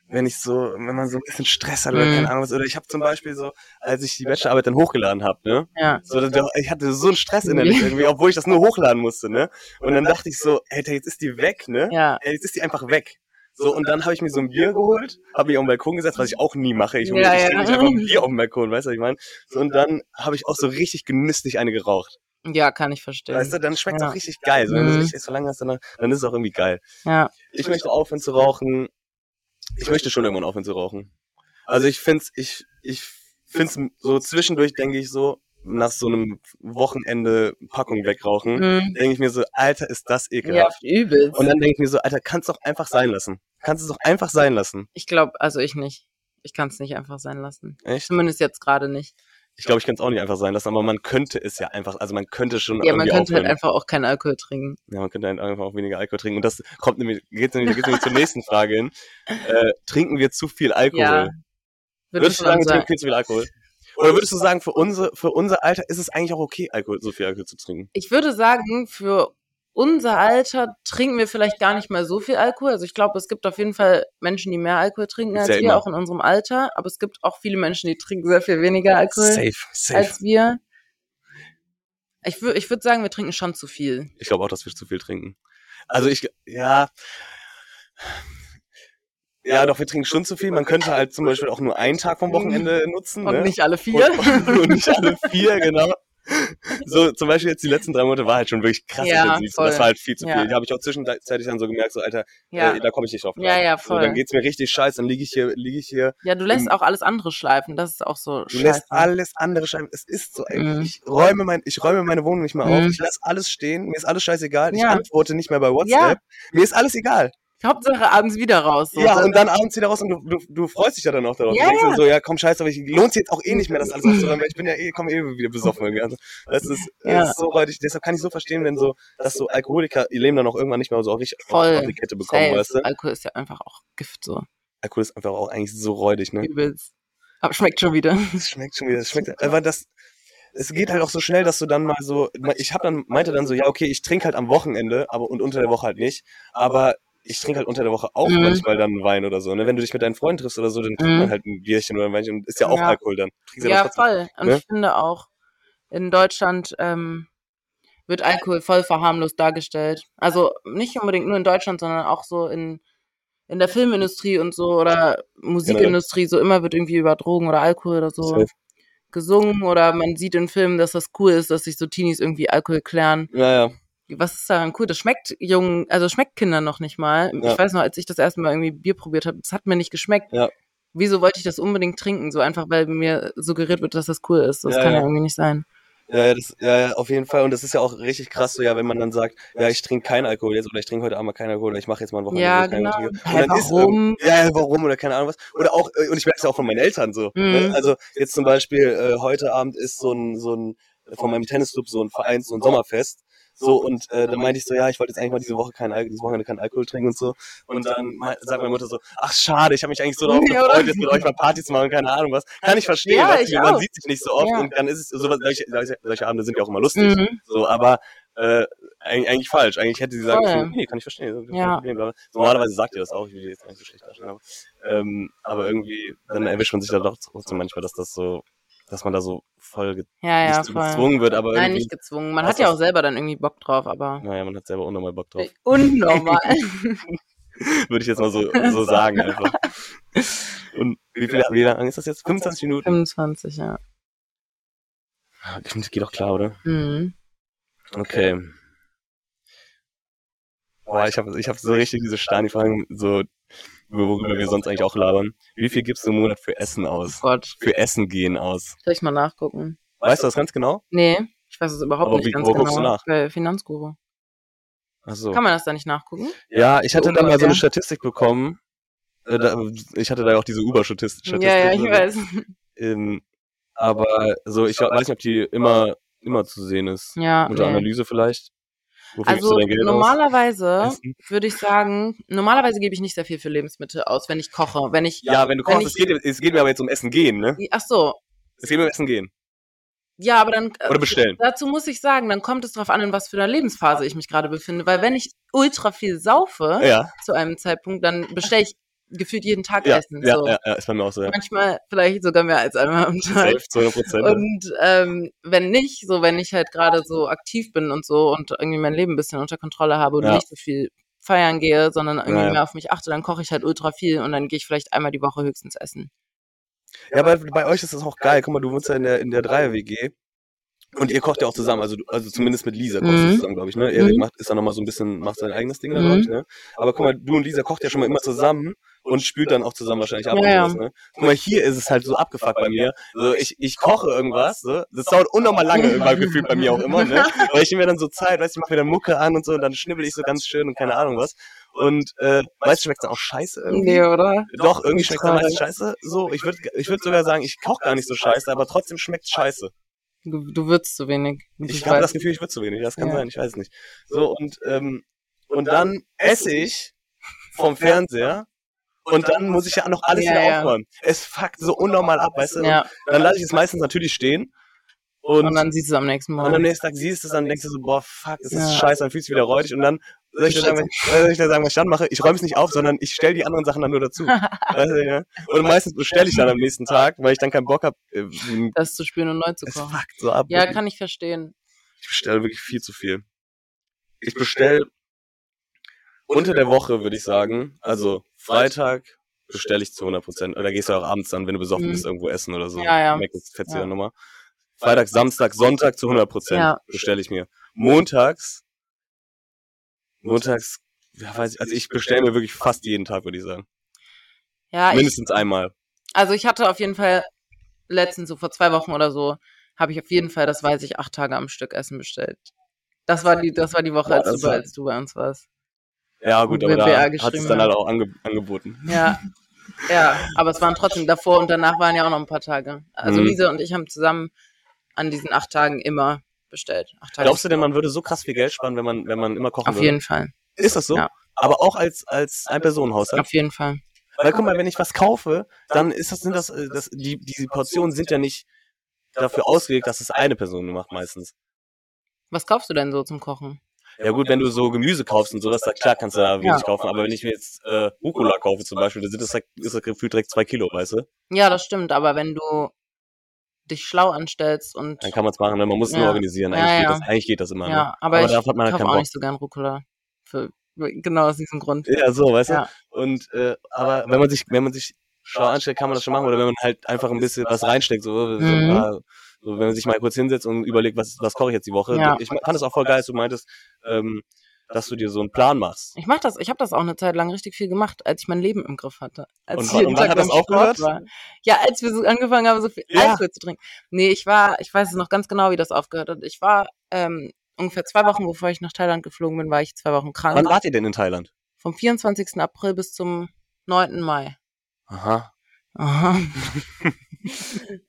wenn ich so, wenn man so ein bisschen Stress hat oder Mhm. keine Ahnung was. Oder ich habe zum Beispiel so, als ich die Bachelorarbeit dann hochgeladen habe, ne? Ja. So, da- da- ich hatte so einen Stress innerlich Ja. irgendwie, obwohl ich das nur hochladen musste, ne? Und dann dachte ich so, Alter, jetzt ist die weg, ne? Ja. Ey, jetzt ist die einfach weg. So, und dann habe ich mir so ein Bier geholt, habe mich auf den Balkon gesetzt, was ich auch nie mache. Ich, ich trinke nicht Ja, ja. einfach ein Bier auf dem Balkon, weißt du, was ich meine? So, und dann habe ich auch so richtig genüsslich eine geraucht. Ja, kann ich verstehen. Weißt du, dann schmeckt es Ja. auch richtig geil. So, wenn du so Mhm. richtig so lange hast, dann, dann ist es auch irgendwie geil. Ja. Ich möchte aufhören zu rauchen. Ich möchte schon irgendwann aufhören zu rauchen. Also ich find's, ich, ich find's so zwischendurch, denke ich so, nach so einem Wochenende Packung wegrauchen, Mhm. denke ich mir so, Alter, ist das Ja, ekelhaft. übelst. Und dann denke ich mir so, Alter, kannst doch einfach sein lassen. Kannst es doch einfach sein lassen. ich glaube, also ich nicht. Ich kann es nicht einfach sein lassen. Echt? Zumindest jetzt gerade nicht. Ich glaube, ich kann es auch nicht einfach sein lassen, aber man könnte es ja einfach, also man könnte schon Ja, man irgendwie könnte halt aufhören. einfach auch keinen Alkohol trinken. Ja, man könnte halt einfach auch weniger Alkohol trinken. Und das kommt nämlich, geht nämlich, geht's nämlich zur nächsten Frage hin. Äh, trinken wir zu viel Alkohol? Ja. Würde ich Würdest du sagen, schon wir sagen. trinken viel zu viel Alkohol? Oder würdest du sagen, für, unsere, für unser Alter ist es eigentlich auch okay, Alkohol, so viel Alkohol zu trinken? Ich würde sagen, für unser Alter trinken wir vielleicht gar nicht mehr so viel Alkohol. Also ich glaube, es gibt auf jeden Fall Menschen, die mehr Alkohol trinken Gibt's als ja wir, immer. auch in unserem Alter. Aber es gibt auch viele Menschen, die trinken sehr viel weniger Alkohol safe. als wir. Ich, wür- ich würde sagen, wir trinken schon zu viel. Ich glaube auch, dass wir zu viel trinken. Also ich, ja. Ja, doch, wir trinken schon zu viel. Man könnte halt zum Beispiel auch nur einen Tag vom Wochenende nutzen. Und ne? nicht alle vier. Und, und nicht alle vier, genau. So, zum Beispiel jetzt die letzten drei Monate war halt schon wirklich krass Ja, intensiv. So, Das voll. war halt viel zu Ja. viel. Da habe ich auch zwischenzeitlich dann so gemerkt, so, Alter, ja. äh, da komme ich nicht drauf. Ja, klar. ja, So, voll. dann geht's mir richtig scheiße, dann liege ich hier, liege ich hier ja, du lässt auch alles andere schleifen. Das ist auch so Du lässt scheiße. alles andere schreiben. Es ist so, ey, Mhm. ich, räume mein, ich räume meine Wohnung nicht mehr auf. Mhm. Ich lasse alles stehen. Mir ist alles scheißegal. Ich Ja. antworte nicht mehr bei WhatsApp. Mir ist alles egal. Hauptsache abends wieder raus. So. ja, und dann abends wieder raus und du, du, du freust dich ja dann auch darauf. Ja, du denkst dir so, ja, komm, scheiße, aber ich lohnt sich jetzt auch eh nicht mehr, das alles aufzuräumen, weil ich bin ja eh, komm eh wieder besoffen. irgendwie. Also, Das ist, Ja. ist so räudig. Deshalb kann ich so verstehen, wenn so, dass so Alkoholiker ihr Leben dann auch irgendwann nicht mehr so richtig auf, Voll. auf die Kette bekommen, Safe. weißt du? Alkohol ist ja einfach auch Gift so. Alkohol ist einfach auch eigentlich so räudig, ne? Übelst. Aber schmeckt schon wieder. Es schmeckt schon wieder. Es schmeckt einfach das. Es geht halt auch so schnell, dass du dann mal so. Ich habe dann meinte dann so, ja okay, ich trinke halt am Wochenende, aber und unter der Woche halt nicht. Aber ich trinke halt unter der Woche auch Mhm. manchmal dann Wein oder so. Ne? Wenn du dich mit deinen Freunden triffst oder so, dann trinkt Mhm. man halt ein Bierchen oder ein Weinchen und ist ja auch Ja. Alkohol dann. Trinkst Ja, dann trotzdem. voll. Und ne? ich finde auch, in Deutschland ähm, wird Alkohol voll verharmlost dargestellt. Also nicht unbedingt nur in Deutschland, sondern auch so in, in der Filmindustrie und so oder Musikindustrie. So immer wird irgendwie über Drogen oder Alkohol oder so Safe. gesungen oder man sieht in Filmen, dass das cool ist, dass sich so Teenies irgendwie Alkohol klären. Ja, ja. Was ist daran cool? Das schmeckt jungen, also schmeckt Kindern noch nicht mal. Ja. Ich weiß noch, als ich das erste Mal irgendwie Bier probiert habe, das hat mir nicht geschmeckt. Ja. Wieso wollte ich das unbedingt trinken? So einfach, weil mir suggeriert wird, dass das cool ist. Das Ja, kann ja. ja. irgendwie nicht sein. Ja, ja, das, ja, ja, auf jeden Fall. Und das ist ja auch richtig krass, so ja, wenn man dann sagt, ja, ich trinke keinen Alkohol jetzt oder ich trinke heute Abend mal keinen Alkohol oder ich mache jetzt mal ein Wochenende. wo ja, ich keinen genau. Alkohol trinke. Und Hä, dann ist warum? Ja, ja, warum oder keine Ahnung was. Oder auch, äh, und ich merke es ja auch von meinen Eltern so. Mhm. Ne? Also jetzt äh, zum Beispiel, äh, heute Abend ist so ein, so ein, von meinem Tennisclub so ein Vereins- so ein Sommerfest. So, und äh, dann meinte ich so, ja, ich wollte jetzt eigentlich mal diese Woche kein Alkohol, dieses Wochenende keinen Alkohol trinken und so. Und dann mei- sagt meine Mutter so, ach schade, ich habe mich eigentlich so darauf Ja, gefreut, oder? jetzt mit euch mal Party zu machen, keine Ahnung was. Kann ich verstehen, Ja, weißt du, ich wie man auch. sieht sich nicht so oft Ja. und dann ist es, sowas, solche, solche, solche Abende sind ja auch immer lustig. Mhm. So, aber äh, eigentlich, eigentlich falsch. Eigentlich hätte sie sagen Voll. müssen, nee, kann ich verstehen. kein Ja. Problem, bla, bla. Normalerweise sagt ihr das auch, ich will die jetzt nicht so schlecht darstellen. Aber, ähm, aber irgendwie, dann erwischt man sich da doch trotzdem manchmal, dass das so, dass man da so voll ge Ja, ja, nicht so voll. gezwungen wird, aber Nein, irgendwie, nicht gezwungen. Man Hast hat ja das- auch selber dann irgendwie Bock drauf, aber naja, man hat selber unnormal Bock drauf. unnormal. Würde ich jetzt mal so, so sagen einfach. Und wie, viel, wie lange ist das jetzt? 25 Minuten? Ah, 25, ja. Ich finde, das geht doch klar, oder? Mhm. Okay. Boah, ich habe ich hab so richtig diese Stani-Fragen, so, worüber wir sonst eigentlich auch labern. Wie viel gibst du im Monat für Essen Oh aus? Gott, Für Essen gehen aus? soll ich mal nachgucken? Weißt du das ganz genau? Nee, ich weiß es überhaupt Aber nicht wie- ganz wo genau. guckst du nach? Bei Finanzguru. Achso. Kann man das da nicht nachgucken? Ja, ich hatte So da mal so ungefähr. eine Statistik bekommen. Äh, da, ich hatte da ja auch diese Uber-Statistik. Ja, ja, ich weiß. Ähm, aber so, ich weiß nicht, ob die immer, immer zu sehen ist. Ja, Unter nee. Analyse vielleicht. Wofür gibst Also du dein Geld normalerweise aus? Essen? würde ich sagen, normalerweise gebe ich nicht sehr viel für Lebensmittel aus, wenn ich koche. Wenn ich, Ja, wenn du wenn kochst, ich- es geht, es geht mir aber jetzt um Essen gehen, ne? ach so, Es geht mir um Essen gehen. ja, aber dann äh, Oder bestellen. dazu muss ich sagen, dann kommt es drauf an, in was für einer Lebensphase ich mich gerade befinde, weil wenn ich ultra viel saufe Ja, zu einem Zeitpunkt, dann bestelle ich gefühlt jeden Tag ja, Essen. ja, so. ja, ja, ist bei mir auch so. Ja. Manchmal vielleicht sogar mehr als einmal am Tag. Safe, 200 Prozent. Und ähm, wenn nicht, so wenn ich halt gerade so aktiv bin und so und irgendwie mein Leben ein bisschen unter Kontrolle habe und Ja. nicht so viel feiern gehe, sondern irgendwie Ja, ja. mehr auf mich achte, dann koche ich halt ultra viel und dann gehe ich vielleicht einmal die Woche höchstens essen. Ja, aber bei euch ist das auch geil. Guck mal, du wohnst ja in der, in der Dreier-WG. Und ihr kocht ja auch zusammen, also, du- also zumindest mit Lisa kochst du Mhm. zusammen, glaube ich, ne? Erik Mhm. macht, ist da nochmal so ein bisschen, macht sein eigenes Ding da, Mhm. glaube ich, ne? Aber guck mal, du und Lisa kocht ja schon mal immer zusammen und spült dann auch zusammen wahrscheinlich ab und Ja, ja. sowas, ne? Guck mal, hier ist es halt so abgefuckt bei mir. So, ich, ich koche irgendwas, so. Das dauert unnormal Mhm. lange, in meinem Gefühl bei mir auch immer, ne? Weil ich nehme mir dann so Zeit, weißt du, ich mache mir dann Mucke an und so und dann schnibbel ich so ganz schön und keine Ahnung was. Und, äh, weißt du, schmeckt's dann auch scheiße irgendwie? Nee, oder? Doch, irgendwie schmeckt es am meisten Traurig. scheiße. So, ich würde ich würd sogar sagen, ich koche gar nicht so scheiße, aber trotzdem schmeckt scheiße. Du, du würzt zu wenig. Du Ich habe das weißt- Gefühl, ich würde zu wenig. Das kann Ja. sein, ich weiß nicht. So, und, ähm, und dann esse ich vom Fernseher und dann muss ich ja noch alles Ja, wieder ja. aufräumen. Es fuckt so unnormal ab, weißt du? Und ja, Dann lasse ich es meistens natürlich stehen. Und, und dann siehst du es am nächsten und am Morgen. nächsten Tag siehst du es dann denkst du so, boah, fuck, das ist Ja. scheiße, dann fühlst du dich wieder räudig und dann soll ich dir sagen, was- soll ich dir sagen was ich dann mache? Ich räume es nicht auf, sondern ich stelle die anderen Sachen dann nur dazu. weißt du, ja? Und meistens bestelle ich dann am nächsten Tag, weil ich dann keinen Bock habe. Es Das zu spielen und neu zu kochen. fuckt so ab. Ja, kann ich verstehen. ich bestelle wirklich viel zu viel. Ich bestelle unter der Woche, würde ich sagen, also Freitag bestelle ich zu 100 Prozent. Oder gehst du auch abends dann, wenn du besoffen Mhm. bist, irgendwo essen oder so. Ja, ja. Meckes, fetzt dir Ja. dann nochmal. Freitag, Samstag, Sonntag zu 100 Prozent Ja. bestelle ich mir. Montags, montags, ja, weiß ich, also ich bestelle mir wirklich fast jeden Tag, würde ich sagen. Ja, ich Mindestens einmal. Also ich hatte auf jeden Fall letztens so vor zwei Wochen oder so habe ich auf jeden Fall, das weiß ich, acht Tage am Stück Essen bestellt. Das war die, das war die Woche, Boah, als das du, bei- war- als du bei uns warst. Ja, gut, Und aber BBR da hat es geschrieben, dann ja. halt auch ange angeboten. Ja, ja. Aber es waren trotzdem davor und danach waren ja auch noch ein paar Tage. Also Mhm. Lise und ich haben zusammen an diesen acht Tagen immer bestellt. Acht Tage. Glaubst du denn, man würde so krass viel Geld sparen, wenn man, wenn man immer kochen auf würde? jeden Fall, Ist das so? Ja. Aber auch als, als Ein-Personen-Haushalt. auf jeden Fall. Weil guck mal, wenn ich was kaufe, dann ist das, sind das, äh, das die, diese Portionen sind ja nicht dafür ausgelegt, dass es eine Person macht meistens. Was kaufst du denn so zum Kochen? Ja gut, wenn du so Gemüse kaufst und sowas, da klar kannst du da wenig Ja. kaufen, aber wenn ich mir jetzt äh, Rucola kaufe zum Beispiel, dann sind das, ist das gefühlt direkt zwei Kilo, weißt du? Ja, das stimmt, aber wenn du dich schlau anstellst und Dann kann man es machen, ne? man muss es nur Ja. organisieren. Ja, Eigentlich, geht ja. Das, eigentlich geht das immer. Ne? ja, aber, Aber ich darauf hat man halt kaufe keinen auch Bock. nicht so gern Rucola. Für, genau aus diesem Grund. Ja, so, weißt Ja. du? Und äh, aber wenn man sich, wenn man sich schlau anstellt, kann man das schon machen. Oder wenn man halt einfach ein bisschen was reinsteckt, so, so, Mhm. ah, so wenn man sich mal kurz hinsetzt und überlegt, was, was koche ich jetzt die Woche. Ja. Ich fand es auch voll geil, dass du meintest, ähm, dass du dir so einen Plan machst. Ich mach das, ich habe das auch eine Zeit lang richtig viel gemacht, als ich mein Leben im Griff hatte. Als Und ich wann- jeden und wann Tag hat das beim Sport aufgehört? war. Ja, als wir so angefangen haben, so viel Ja. Alkohol zu trinken. Nee, ich war, ich weiß es noch ganz genau, wie das aufgehört hat. Ich war ähm, ungefähr zwei Wochen, bevor ich nach Thailand geflogen bin, war ich zwei Wochen krank. Wann wart ihr denn in Thailand? Vom 24. April bis zum 9. Mai. Aha. Aha.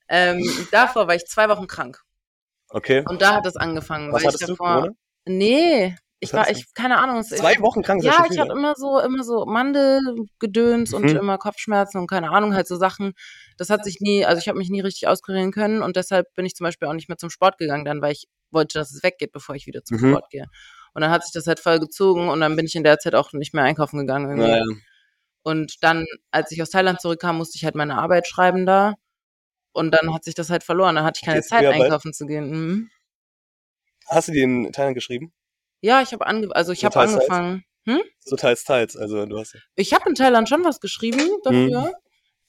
ähm, davor war ich zwei Wochen krank. Okay. Und da hat es angefangen. Was weil ich hattest du? davor, Corona? Nee, ich Was war, hast du? ich, keine Ahnung. es- Zwei Wochen krank ist Ja, schon ich viel, ne? habe immer so, immer so Mandelgedöns und Mhm. immer Kopfschmerzen und keine Ahnung, halt so Sachen. Das hat sich nie, also ich habe mich nie richtig auskurieren können und deshalb bin ich zum Beispiel auch nicht mehr zum Sport gegangen, dann, weil ich wollte, dass es weggeht, bevor ich wieder zum Mhm. Sport gehe. Und dann hat sich das halt voll gezogen und dann bin ich in der Zeit auch nicht mehr einkaufen gegangen irgendwie. Naja. Und dann, als ich aus Thailand zurückkam, musste ich halt meine Arbeit schreiben da. Und dann hat sich das halt verloren. Dann hatte ich keine Jetzt Zeit, Früharbeit? einkaufen zu gehen. Mhm. Hast du die in Thailand geschrieben? Ja, ich habe ange also ich Und habe Teilzeit? angefangen. So teils, teils. Also du hast. Ich habe in Thailand schon was geschrieben dafür. Mhm.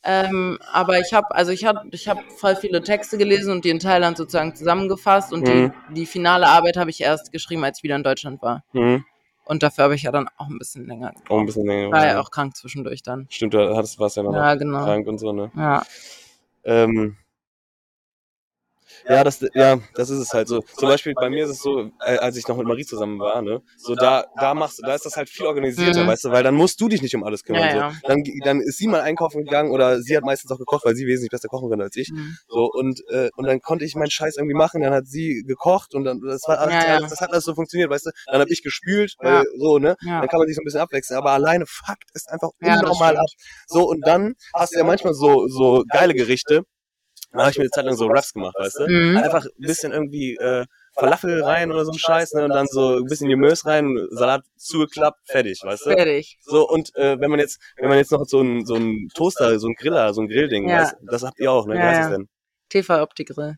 Ähm, aber ich habe, also ich habe, ich habe voll viele Texte gelesen und die in Thailand sozusagen zusammengefasst und Mhm. die, die finale Arbeit habe ich erst geschrieben, als ich wieder in Deutschland war. Mhm. Und dafür habe ich ja dann auch ein bisschen länger. Auch ein bisschen länger. war Ah, ja auch krank zwischendurch dann. Stimmt, du hattest, warst Mhm. ja noch Ja, genau. krank und so, ne? Ja. Ähm, ja, das, ja, das ist es halt so. Zum Beispiel bei mir ist es so, äh, als ich noch mit Marie zusammen war, ne, so da, da machst du, da ist das halt viel organisierter, Mhm. weißt du, weil dann musst du dich nicht um alles kümmern. Ja, ja. So. Dann, dann ist sie mal einkaufen gegangen oder sie hat meistens auch gekocht, weil sie wesentlich besser kochen kann als ich. Mhm. So und äh, und dann konnte ich meinen Scheiß irgendwie machen, dann hat sie gekocht und dann das war alles, Ja, ja. das hat alles so funktioniert, weißt du? Dann habe ich gespült, weil so, ne? Ja. Dann kann man sich so ein bisschen abwechseln, aber alleine fuckt ist einfach Ja, das unnormal stimmt. ab. So und dann hast du ja manchmal so so geile Gerichte. Da habe ich mir eine Zeit lang so Raps gemacht, weißt du? Mhm. Einfach ein bisschen irgendwie äh, Falafel rein oder so ein Scheiß, ne? Und dann so ein bisschen Gemüse rein, Salat zugeklappt, fertig, weißt du? Fertig. So, und äh, wenn man jetzt, wenn man jetzt noch so einen so einen Toaster, so einen Griller, so ein Grillding, Ja. weißt du, das habt ihr auch, ne? Wie Ja, heißt ja. das denn? TV-Opti-Grill.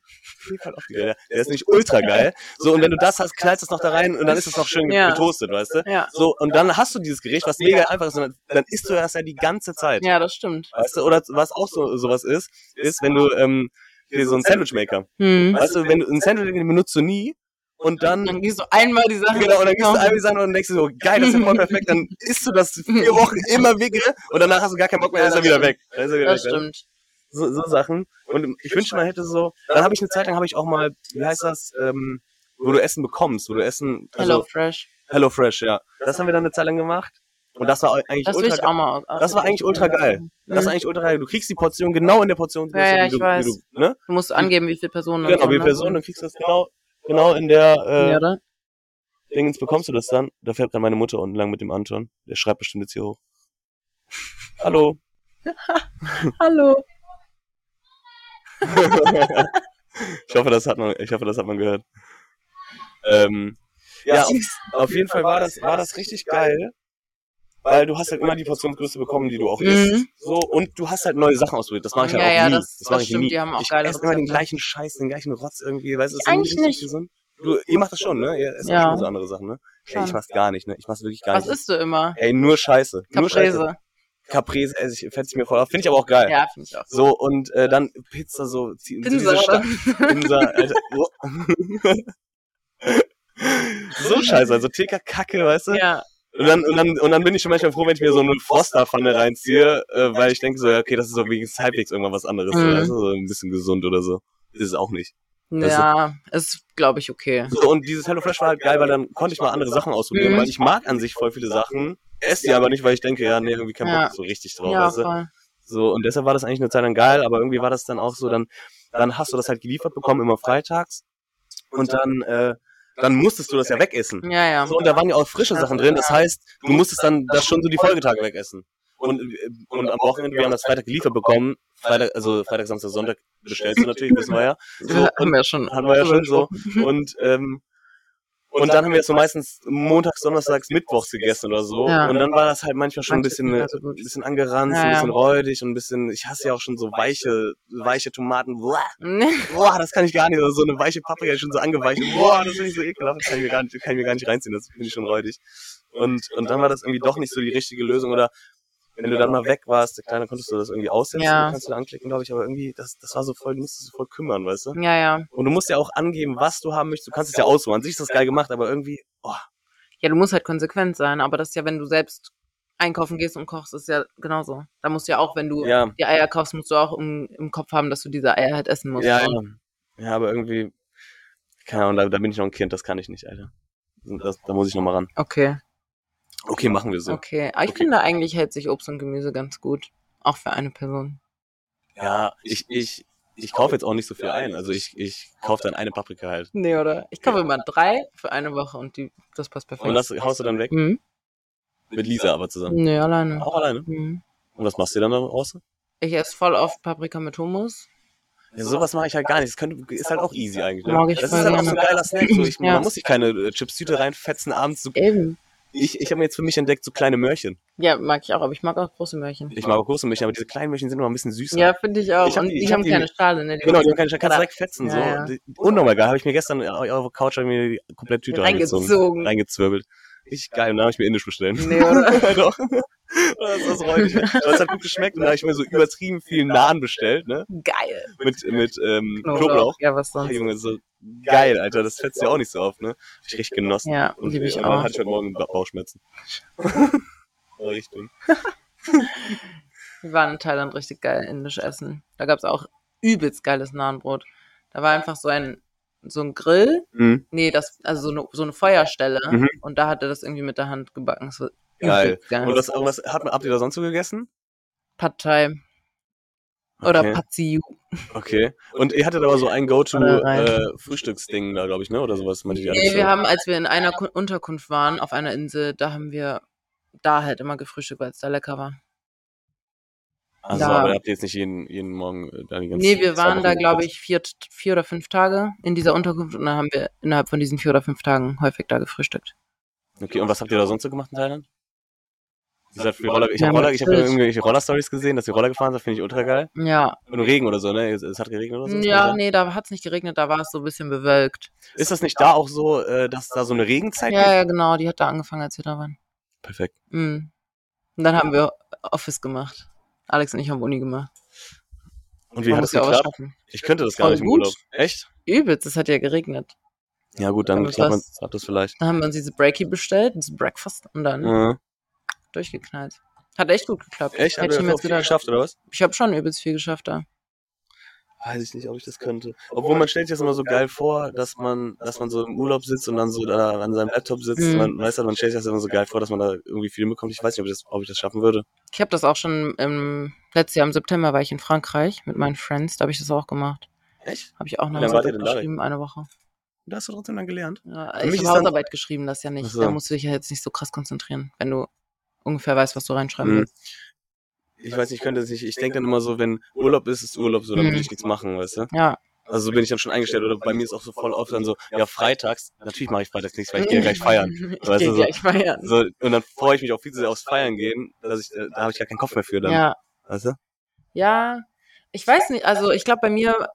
Der, ne? der ist nicht ultra geil. So, und wenn du das hast, knallst das noch da rein und dann ist es noch schön ge- Ja. getoastet, weißt du? Ja. So, und dann hast du dieses Gericht, was mega einfach ist, und dann, dann isst du das ja die ganze Zeit. Ja, das stimmt. Weißt du? Oder was auch so sowas ist, ist, wenn du ähm, dir so einen Sandwichmaker. Hm. Weißt du, wenn du einen Sandwich den benutzt du nie und dann. Dann gehst du einmal die Sache. Genau, und dann gehst du einmal sagen und denkst dir so, geil, das ist ja voll perfekt, dann isst du das vier Wochen immer wieder und danach hast du gar keinen Bock mehr, dann ist er wieder weg. Dann ist er wieder Das weg, weißt du? stimmt. so, so Sachen. Und ich wünschte, man hätte so. Dann habe ich eine Zeit lang habe ich auch mal, wie heißt das, ähm, wo du Essen bekommst, wo du Essen. Also Hello Hello, Fresh. Fresh, ja. Das haben wir dann eine Zeit lang gemacht. Und das war eigentlich Das will ultra ich geil. auch mal. aus- Das war eigentlich ultra geil. Das war Mhm. eigentlich ultra geil. Du kriegst die Portion genau in der Portion, Ja, ja, wie ich du, weiß. Wie du, ne? Du musst angeben, wie viele Personen. und Genau, so, wie ne? Person, dann kriegst du das genau, genau in der äh, Ja, oder? Dingens bekommst du das dann. Da fährt gerade meine Mutter unten lang mit dem Anton. Der schreibt bestimmt jetzt hier hoch. Hallo. Hallo. Ich hoffe, das hat man, ich hoffe, das hat man gehört. Ähm, ja, auf, auf jeden Fall war das, war das richtig geil, weil du hast halt immer die Portionsgröße bekommen, die du auch isst. Mhm. So, und du hast halt neue Sachen ausprobiert. Das mache ich halt Ja, auch ja, nie. das- Das, mache das ich stimmt, nie. die haben auch ich geile esse immer den Rezepte. gleichen Scheiß, den gleichen Rotz irgendwie. Weißt, du, das ist Eigentlich so nicht. gesund. Du, ihr macht das schon, ne? Ihr esst Ja. auch schon so andere Sachen, ne? Ey, ich Schon. mach's gar nicht, ne? Ich mach's wirklich gar Was nicht. isst du immer? Ey, nur Scheiße. Nur Scheiße. Caprese. Caprese esse ich, fetz ich mir voll auf. Finde ich aber auch geil. Ja, finde ich auch. So, und äh, dann Pizza, so, zie- so diese Pinsel, Sta- oder? Pinsa, Alter. Oh. so scheiße, also TK-Kacke, weißt du? Ja, Und, dann, und, dann, und dann bin ich schon manchmal froh, wenn ich mir so eine Frosterpfanne reinziehe, äh, weil ich denke so, ja, okay, das ist doch wenigstens halbwegs irgendwann was anderes, Mhm. weißt du? so ein bisschen gesund oder so. Ist es auch nicht. Das- ja, ist, glaube ich, okay. So, und dieses HelloFresh war halt geil, weil dann konnte ich mal andere Sachen ausprobieren, Mhm. weil ich mag an sich voll viele Sachen, esse die aber nicht, weil ich denke, ja, nee, irgendwie kein Bock Ja. so richtig drauf, Ja, weißt du? voll. So, und deshalb war das eigentlich eine Zeit lang geil, aber irgendwie war das dann auch so, dann, dann hast du das halt geliefert bekommen, immer freitags. Und dann, äh, dann musstest du das ja wegessen. Ja, ja. So, und da waren ja auch frische Sachen drin, das heißt, du musstest dann das schon so die Folgetage wegessen. Und, äh, und am Wochenende, wir haben das Freitag geliefert bekommen, Freitag, also Freitag, Samstag, Sonntag bestellst du natürlich, wissen wir ja. So, Wir haben ja schon. hatten wir ja schon so. Und, ähm, und dann haben wir das so meistens montags, donnerstags, mittwochs gegessen oder so. Ja. Und dann war das halt manchmal schon ein Manche bisschen, sind äh, da so gut. ein bisschen angeranzt, Ja, ein ja. bisschen räudig und ein bisschen, ich hasse ja auch schon so weiche, weiche Tomaten. Boah, Nee, boah, das kann ich gar nicht. Oder so eine weiche Paprika ist schon so angeweicht. Boah, das finde ich so ekelhaft. Das kann ich mir gar nicht, kann ich mir gar nicht reinziehen. Das finde ich schon räudig. Und, und dann war das irgendwie doch nicht so die richtige Lösung oder wenn du dann mal weg warst, der Kleine, konntest du das irgendwie aussetzen, Ja. kannst du da anklicken, glaube ich, aber irgendwie, das, das war so voll, du musstest dich voll kümmern, weißt du? Ja, ja. Und du musst ja auch angeben, was du haben möchtest. Du kannst es ja aussuchen. An sich ist das geil gemacht, aber irgendwie, oh, Ja, du musst halt konsequent sein, aber das ist ja, wenn du selbst einkaufen gehst und kochst, ist ja genauso. Da musst du ja auch, wenn du ja, die Eier kaufst, musst du auch im, im Kopf haben, dass du diese Eier halt essen musst. ja, Und ja. Ja, aber irgendwie, keine Ahnung, da, da bin ich noch ein Kind, das kann ich nicht, Alter. Das, da muss ich nochmal ran. Okay, Okay, machen wir so. okay. Aber ich Okay. finde, eigentlich hält sich Obst und Gemüse ganz gut. Auch für eine Person. Ja, ich, ich, ich kaufe jetzt auch nicht so viel ein. Also ich, ich kaufe dann eine Paprika halt. Nee, oder? Ich kaufe immer drei für eine Woche und die, das passt perfekt. Und das haust du dann weg? Mhm. Mit Lisa aber zusammen. Nee, alleine. Auch alleine. Mhm. Und was machst du dann daraus? Ich esse voll oft Paprika mit Hummus. Ja, sowas mache ich halt gar nicht. Das könnte, ist halt auch easy eigentlich. Ne? Mag ich das voll ist halt auch so ein gerne. geiler Snack. So, ich, Ja. Man muss sich keine äh, Chips-Tüte reinfetzen abends. So, Eben. ich ich habe mir jetzt für mich entdeckt, so kleine Möhrchen. Ja, mag ich auch, aber ich mag auch große Möhrchen. Ich mag auch große Möhrchen, aber diese kleinen Möhrchen sind immer ein bisschen süßer. Ja, finde ich auch. Ich hab und die- die, ich hab haben die- keine Schale, ne? Die Genau, die haben keine, kannst Ja. direkt fetzen. So. Ja, ja. Die- Unnormal geil. Habe ich mir gestern auf eurer Couch hab ich mir die komplette Tüte reingezogen. reingezogen. Reingezwirbelt. Richtig geil. Und dann habe ich mir indisch bestellt. Nee, oder? Doch. Das, das freut mich. Aber es hat gut geschmeckt. Und da habe ich mir so übertrieben viel Naan bestellt, ne? Geil. Mit, mit ähm, Knoblauch. Ja, was Ach, sonst? Junge, so geil, Alter. Das fetzt ja auch nicht so auf, ne? Hab ich richtig genossen. Ja, und, äh, liebe ich und dann auch. hatte ich heute Morgen Ba- Bauchschmerzen. Richtig. Wir waren in Thailand richtig geil indisch essen. Da gab's auch übelst geiles Nahenbrot. Da war einfach so ein, so ein Grill. Mhm. Nee, das, also so eine, so eine Feuerstelle. Mhm. Und da hat er das irgendwie mit der Hand gebacken. Das war Geil. übelst geil. Und was, und was habt, habt ihr da sonst so gegessen? Pad Thai. Oder Okay. okay. Patsiu. Okay. Und ihr hattet aber so ein Oder Go-To-Frühstücksding da, glaube ich, ne? Oder sowas. Meinte die Nee, alles wir so. haben, als wir in einer Kun- Unterkunft waren, auf einer Insel, da haben wir da halt immer gefrühstückt, weil es da lecker war. Also, Ja. aber da habt ihr jetzt nicht jeden, jeden Morgen äh, da die ganze Nee, wir zwei waren da, Wochen glaube ich, vier, vier oder fünf Tage in dieser Unterkunft und dann haben wir innerhalb von diesen vier oder fünf Tagen häufig da gefrühstückt. Okay, und was habt ihr da sonst so gemacht in Thailand? Ihr seid viel Roller, ich Wir habe haben Roller, ich hab gechillt. irgendwelche Roller-Stories gesehen, dass ihr Roller gefahren seid, finde ich ultra geil. Ja. Und Regen oder so, ne? Es, es hat geregnet oder so. kann Ja, sein? nee, da hat es nicht geregnet, da war es so ein bisschen bewölkt. Ist das nicht da auch so, äh, dass da so eine Regenzeit Ja, ja, genau, die hat da angefangen, als wir da waren. Perfekt. Mhm. Und dann haben wir Office gemacht. Alex und ich haben Uni gemacht. Und wie Man hat das muss ja auch was geklappt? schaffen. Ich könnte das gar Voll nicht im gut. Urlaub. Echt? Übelst, es hat ja geregnet. Ja gut, dann Aber klappt, man, was- klappt das vielleicht. Dann haben wir uns diese Breaky bestellt, dieses Breakfast und dann Ja. durchgeknallt. Hat echt gut geklappt. Echt? Hat Hätte ich ihr niemals das gedacht. geschafft, oder was? Ich habe schon übelst viel geschafft da. Weiß ich nicht, ob ich das könnte. Obwohl man stellt sich das immer so geil vor, dass man, dass man so im Urlaub sitzt und dann so da an seinem Laptop sitzt. Mhm. Man weiß halt, man stellt sich das immer so geil vor, dass man da irgendwie viel mitkommt. Ich weiß nicht, ob ich das, ob ich das schaffen würde. Ich habe das auch schon im letztes Jahr im September war ich in Frankreich mit meinen Friends, da habe ich das auch gemacht. Echt? Habe ich auch Wie eine lange wart ihr Hausarbeit denn da weg? geschrieben, eine Woche. Da hast du trotzdem dann gelernt. Ja, Für mich ich ist habe dann- Hausarbeit geschrieben, das ja nicht. Ach so. Da musst du dich ja jetzt nicht so krass konzentrieren, wenn du ungefähr weißt, was du reinschreiben Mhm. willst. Ich weiß nicht, ich könnte das nicht. Ich denke dann immer so, wenn Urlaub ist, ist Urlaub so, dann Mhm. will ich nichts machen, weißt du? Ja, Also so bin ich dann schon eingestellt. Oder bei mir ist auch so voll oft dann so, ja, freitags, natürlich mache ich freitags nichts, weil ich gehe gleich feiern. ich Weißt gehe du, so- gleich feiern. So, und dann freue ich mich auch viel zu sehr aufs Feiern gehen, dass ich, äh, da habe ich gar keinen Kopf mehr für dann. ja, Weißt du? ja. Ich weiß nicht, also ich glaube bei mir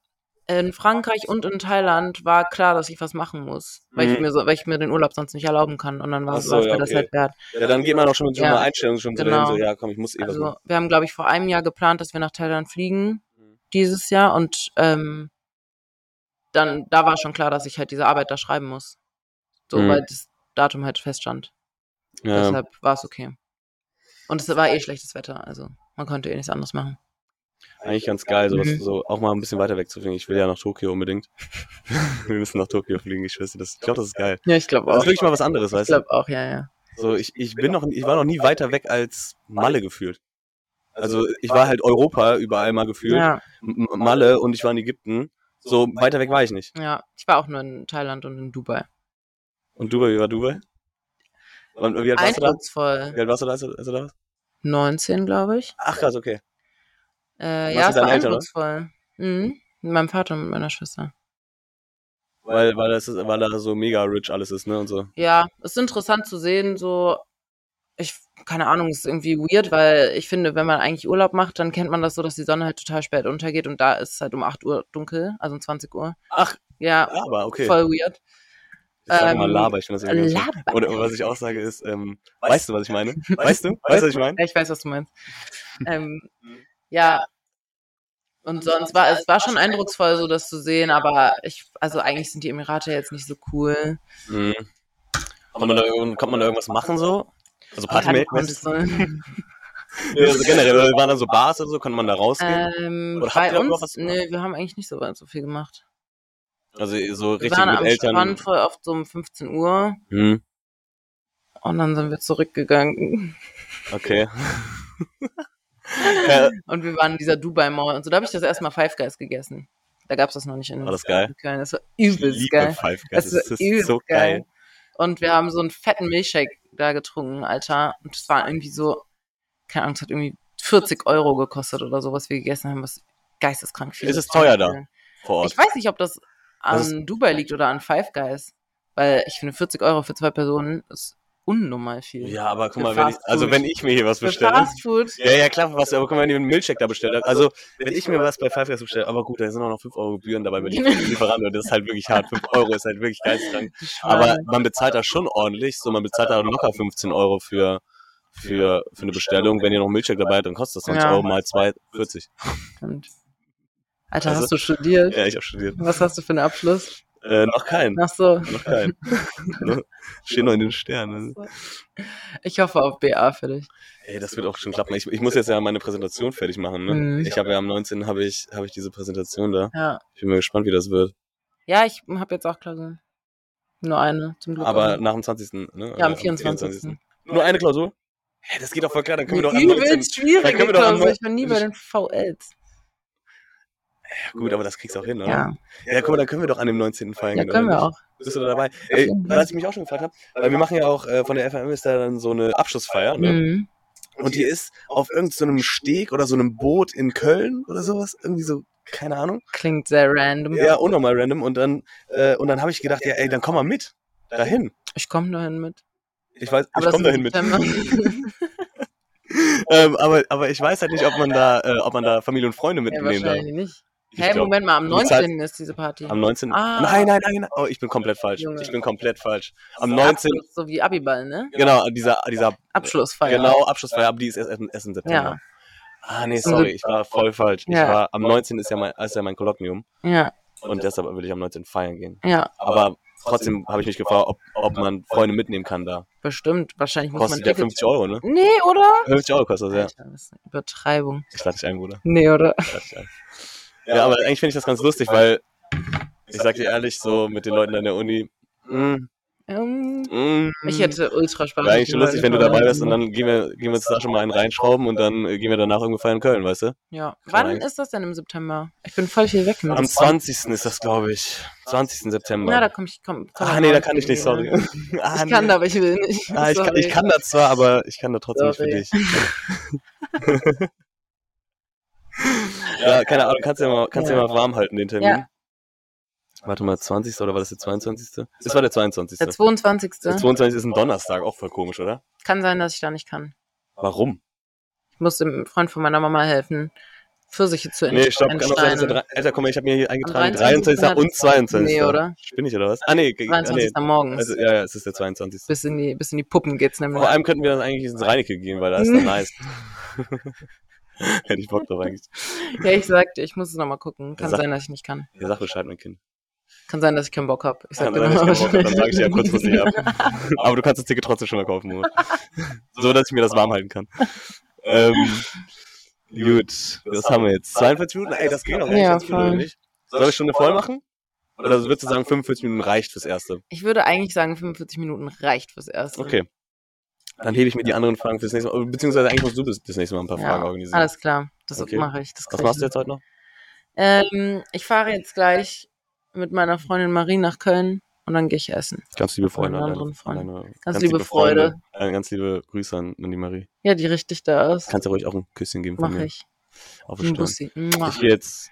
in Frankreich und in Thailand war klar, dass ich was machen muss, weil ich Mhm. mir so, weil ich mir den Urlaub sonst nicht erlauben kann und dann war Ach es so, war es ja, mir das okay. halt wert. Ja, dann geht man auch schon mit so einer Ja. Einstellung schon Genau. so dahin, so, ja, komm, ich muss eh was Also machen. wir haben, glaube ich, vor einem Jahr geplant, dass wir nach Thailand fliegen Mhm. dieses Jahr und ähm, dann da war schon klar, dass ich halt diese Arbeit da schreiben muss, so Mhm. weil das Datum halt feststand. Ja. Deshalb war es okay. Und es war eh schlechtes Wetter, also man konnte eh nichts anderes machen. Eigentlich ganz geil, sowas, Mhm. so auch mal ein bisschen weiter wegzufliegen. Ich will ja nach Tokio unbedingt. Wir müssen nach Tokio fliegen, ich wüsste das. Ich glaube, das ist geil. Ja, ich glaube Das auch. ist wirklich mal was anderes, Ich weißt du? glaube auch, ja, ja. So, ich, ich bin noch, ich war noch nie weiter weg als Malle gefühlt. Also ich war halt Europa überall mal gefühlt. Ja, M- M- Malle und ich war in Ägypten. So weiter weg war ich nicht. ja. Ich war auch nur in Thailand und in Dubai. Und Dubai, wie war Dubai? Und wie alt warst du da? Wie Eindrucksvoll. alt warst du da, als du, als du da warst? 19, glaube ich. Ach krass, okay. Warst Äh, ja, du es war deine Eltern, oder? eindrucksvoll. Mhm. Mit meinem Vater und mit meiner Schwester. Weil, weil, das ist, weil da so mega rich alles ist, ne? Und so. ja, es ist interessant zu sehen, so, ich, keine Ahnung, es ist irgendwie weird, weil ich finde, wenn man eigentlich Urlaub macht, dann kennt man das so, dass die Sonne halt total spät untergeht und da ist es halt um 8 Uhr dunkel, also um 20 Uhr. Ach, Ja, aber Ah, okay. voll weird. ich sag mal ähm, Laber, ich finde das irgendwie ganz schön. Laber. Oder was ich auch sage ist, ähm, weißt du, was ich meine? Weißt du? Weißt du, was ich meine? Ja, ich weiß, was du meinst. ähm, Mhm. ja. Und sonst war es war schon eindrucksvoll, so das zu sehen, aber ich, also eigentlich sind die Emirate jetzt nicht so cool. Mhm. Kann man da, irgend- konnte man da irgendwas machen so? Also Keine partymäßig? Kondition. Ja, also generell, waren da so Bars oder so, konnte man da rausgehen? Ähm, Oder habt ihr bei da überhaupt was uns, gemacht? nee, wir haben eigentlich nicht so, so viel gemacht. also so Wir richtig waren mit am Eltern. Strand voll oft so um 15 Uhr Hm, und dann sind wir zurückgegangen. okay. Ja. Und wir waren in dieser Dubai Mall und so. Da habe ich das erstmal Five Guys gegessen. Da gab es das noch nicht in, War das geil? in Köln. Das war Ich übelst liebe geil. Five Guys. Das, Das, ist, war übelst so geil. Und wir haben so einen fetten Milchshake da getrunken, Alter. Und es war irgendwie so, keine Ahnung, es hat irgendwie 40 Euro gekostet oder so, was wir gegessen haben, was geisteskrank viel Ist es ist. teuer da? vor Ort. Ich weiß nicht, ob das an Das Dubai liegt oder an Five Guys. Weil ich finde, 40 Euro für zwei Personen ist unnormal viel. ja, aber guck Für mal, wenn ich, Fast also Food. wenn ich mir hier was für bestelle. Fast Food. Ja, ja, klar, was, aber guck mal, wenn ich einen Milchshake da bestellt habe. Also, wenn ich mir was bei Five Guys bestelle, aber gut, da sind auch noch 5 Euro Gebühren dabei mit dem Lieferanten und das ist halt wirklich hart. 5 Euro ist halt wirklich geisteskrank. Aber man bezahlt da schon ordentlich, so man bezahlt da locker 15 Euro für, für, für eine Bestellung. Wenn ihr noch einen Milchshake dabei habt, dann kostet das 20 Ja. Euro mal 2,40. Und, Alter, Also- hast du studiert? Ja, ich hab studiert. Was hast du für einen Abschluss? Äh, noch keinen, Ach so. noch keinen. Ne? Steht noch in den Sternen. Ich hoffe auf BA für dich. Ey, das wird auch schon klappen. Ich, ich muss jetzt ja meine Präsentation fertig machen. Ne? Mhm. Ich habe ja am 19. habe ich, hab ich diese Präsentation da. Ja. Ich bin mal gespannt, wie das wird. Ja, ich habe jetzt auch Klausuren. Nur eine, zum Glück. Aber auch. nach dem 20. Ne? ja, am Äh, 24. Nur eine Klausur? Hä, das geht doch voll klar. Dann können wir doch am 19. Übelst Da schwierige können wir doch am Klausur. Ich 19. war nie bei den VLs. Ja, gut, aber das kriegst du auch hin, oder? Ja, ja, guck mal, dann können wir doch an dem 19. feiern. ja gehen, können oder wir auch. nicht? Bist du da dabei? Ey, jeden Fall. was ich mich auch schon gefragt habe, weil wir machen ja auch äh, von der FAM ist da dann so eine Abschlussfeier. Ne? Mhm. Und die ist auf irgendeinem so einem Steg oder so einem Boot in Köln oder sowas. Irgendwie so, keine Ahnung. Klingt sehr random. Ja, unnormal random. Und dann, äh, und dann habe ich gedacht, ja, ey, dann komm mal mit. Dahin. Ich komme dahin mit. Ich weiß, ich das komm ist dahin mit. im September. ähm, aber, aber ich weiß halt nicht, ob man da, äh, ob man da Familie und Freunde ja, mitnehmen darf. wahrscheinlich nicht. Ich Hä, glaub, Moment mal, am du bezahlst- 19. ist diese Party. Am 19. Ah. Nein, nein, nein, nein. Oh, ich bin komplett falsch. Junge. Ich bin komplett falsch. Am So 19. Abschluss, So wie Abiball, ne? Genau, dieser, dieser Abschlussfeier. genau Abschlussfeier, aber die ist erst, erst im September. Ja. Ah, nee, Zum sorry, ich war voll falsch. Ja. Ich war, am 19. ist ja mein, ist ja mein Kolloquium Ja, und deshalb will ich am 19. feiern gehen. ja, Aber trotzdem habe ich mich gefragt, ob, ob man Freunde mitnehmen kann da. bestimmt. Wahrscheinlich muss Kostet man ja ein Ticket- 50 Euro, ne? Nee, oder? 50 Euro kostet das, ja. Alter, das ist eine Übertreibung. Ich lade dich ein, Bruder. Nee, oder? Ich lade dich ein. Ja, aber eigentlich finde ich das ganz lustig, weil ich sag dir ehrlich, so mit den Leuten an der Uni. Mm, Ähm, mm, Mhm. ich hätte ultra Spaß. Wäre mit eigentlich den schon lustig, wenn Leuten du dabei von- wärst und dann gehen wir, gehen wir uns da schon mal einen reinschrauben und dann äh, gehen wir danach irgendwo feiern in Köln, weißt du? Ja. man Wann eigentlich- ist das denn im September? Ich bin voll viel weg. ne? Am 20. ist das, glaube ich. 20. Na, da September. komm ich. Komm, komm Ah, mal nee, da raus kann ich nicht, sorry. irgendwie, ne? Ah, Ich kann nee. da, aber ich will nicht. Ah, ich, kann, ich kann da zwar, aber ich kann da trotzdem Sorry. nicht für dich. ja, keine Ahnung, kannst du ja mal, kannst du ja. Ja. mal warm halten, den Termin. Ja. Warte mal, 20. oder war das der 22.? Es war der 22. Der 22. Der 22. ist ein Donnerstag, auch voll komisch, oder? Kann sein, dass ich da nicht kann. Warum? Ich muss dem Freund von meiner Mama helfen, Pfirsiche zu Nee, stopp, kann auch sein, dass der entsteinen. drei- Alter, guck mal, ich habe mir hier eingetragen, 23. 23. und 22. Nee, oder? Spinne ich oder was? Ah, nee, ge- ah, 23. nee. morgens. Also, ja, ja, es ist der 22. bis, in die, bis in die Puppen geht's nämlich. Vor allem könnten wir dann eigentlich ins Reinecke gehen, weil da ist dann nice. Hätte ich Bock drauf eigentlich. Ja, ich sagte, ich muss es nochmal gucken. Kann Sag- sein, dass ich nicht kann. Ja, sag Bescheid, mein Kind. Kann sein, dass ich keinen Bock habe. Ich Dann, sag dann, dir dann, nochmal dann sage ich dir ja Bescheid. kurzfristig ab. Aber du kannst das Ticket trotzdem schon mal kaufen, oder? So, dass ich mir das warm halten kann. Ähm, gut, das haben wir jetzt. 42 Minuten? Ey, das ging noch Ja, 42 Minuten, voll. oder nicht? Soll ich Stunde voll machen? Oder würdest du sagen, 45 Minuten reicht fürs Erste? Ich würde eigentlich sagen, 45 Minuten reicht fürs Erste. Okay. Dann hebe ich mir die anderen Fragen fürs nächste Mal. Beziehungsweise eigentlich musst du bis, bis nächste Mal ein paar Ja, Fragen organisieren. Alles klar, das Okay. mache ich. Das Was krieg machst du ich. jetzt heute noch? Ähm, ich fahre jetzt gleich mit meiner Freundin Marie nach Köln und dann gehe ich essen. Ganz liebe Von Freunde. an anderen deine- Freunden. an deine- liebe Freunde. Freunde, äh, ganz liebe Grüße an, an die Marie. Ja, die richtig da ist. Kannst ja ruhig auch ein Küsschen geben von Mache mir. ich. Auf den Stirn. Ein Bussi. Mua. Ich gehe jetzt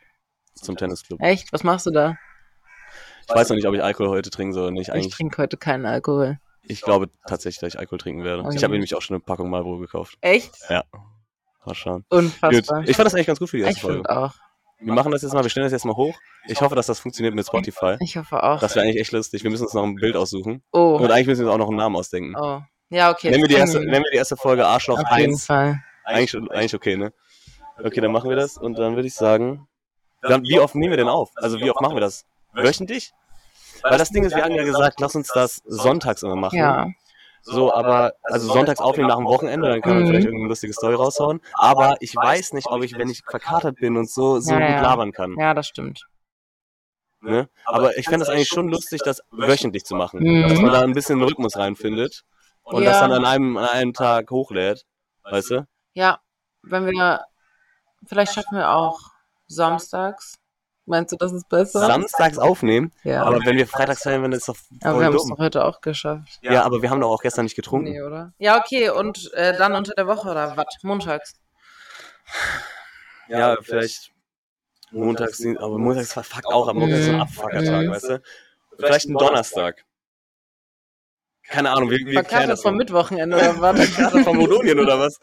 zum Tennisclub. Echt? Was machst du da? Ich weiß noch nicht, ob ich Alkohol heute trinken soll oder nicht. Ich Eigentlich, trinke heute keinen Alkohol. ich glaube tatsächlich, dass ich Alkohol trinken werde. Okay. Ich habe mir nämlich auch schon eine Packung Marlboro gekauft. Echt? Mal schauen. Gut. Unfassbar. Ich fand das eigentlich ganz gut für die erste Ich Folge. finde auch. Wir machen das jetzt mal, wir stellen das jetzt mal hoch. Ich hoffe, dass das funktioniert mit Spotify. Ich hoffe auch. Das wäre eigentlich echt lustig. Wir müssen uns noch ein Bild aussuchen. oh. Und eigentlich müssen wir uns auch noch einen Namen ausdenken. oh. Ja, okay. Nennen wir, die das erste, können nennen wir die erste Folge Arschloch Auf jeden 1. Fall. Eigentlich, eigentlich okay, ne? Okay, dann machen wir das und dann würde ich sagen, dann, wie oft nehmen wir denn auf? Also wie oft machen wir das? Wöchentlich? Weil das Ding ist, wir haben ja gesagt, lass uns das sonntags immer machen. Ja. So, aber, also sonntags aufnehmen nach dem Wochenende, dann können wir Mhm. vielleicht irgendeine lustige Story raushauen. Aber ich weiß nicht, ob ich, wenn ich verkatert bin und so, so Ja, ja. gut labern kann. ja, das stimmt. Ne? Aber ich fände das eigentlich schon lustig, das wöchentlich zu machen. Mhm. Dass man da ein bisschen Rhythmus reinfindet und Ja. das dann an einem, an einem Tag hochlädt. Weißt du? Ja, wenn wir, vielleicht schaffen wir auch samstags. Meinst du, das ist besser? Samstags aufnehmen, ja. aber wenn wir freitags feiern, dann ist das doch Aber wir voll haben es dumm. doch heute auch geschafft. Ja. aber wir haben doch auch gestern nicht getrunken. Nee, oder? Ja, okay, und äh, dann unter der Woche oder was? Montags. Ja, vielleicht montags, Dien- aber montags verfuckt auch, aber montags ist so ein Mhm. Abfuckertag, Mhm. weißt du? Vielleicht ein Donnerstag. Keine Ahnung, wir, wir klären Verkauft das um. das noch. vom Mittwochenende oder was? Karte von Modonien oder was?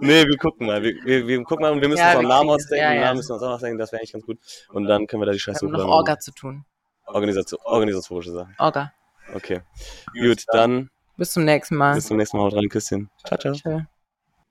Nee, wir gucken mal. Wir, wir, wir gucken mal und wir müssen Ja, uns wir auch einen Namen kriegen das. ausdenken. Ja, Einen ja. Namen müssen wir uns auch ausdenken, das wäre eigentlich ganz gut. Und dann können wir da die Wir Scheiße haben noch hochladen. Orga zu tun. Organisation, organisatorische Sachen. Orga. Okay. Gut, dann Bis zum nächsten Mal. bis zum nächsten Mal. Haut rein, Küsschen. Ciao, ciao. Tschö.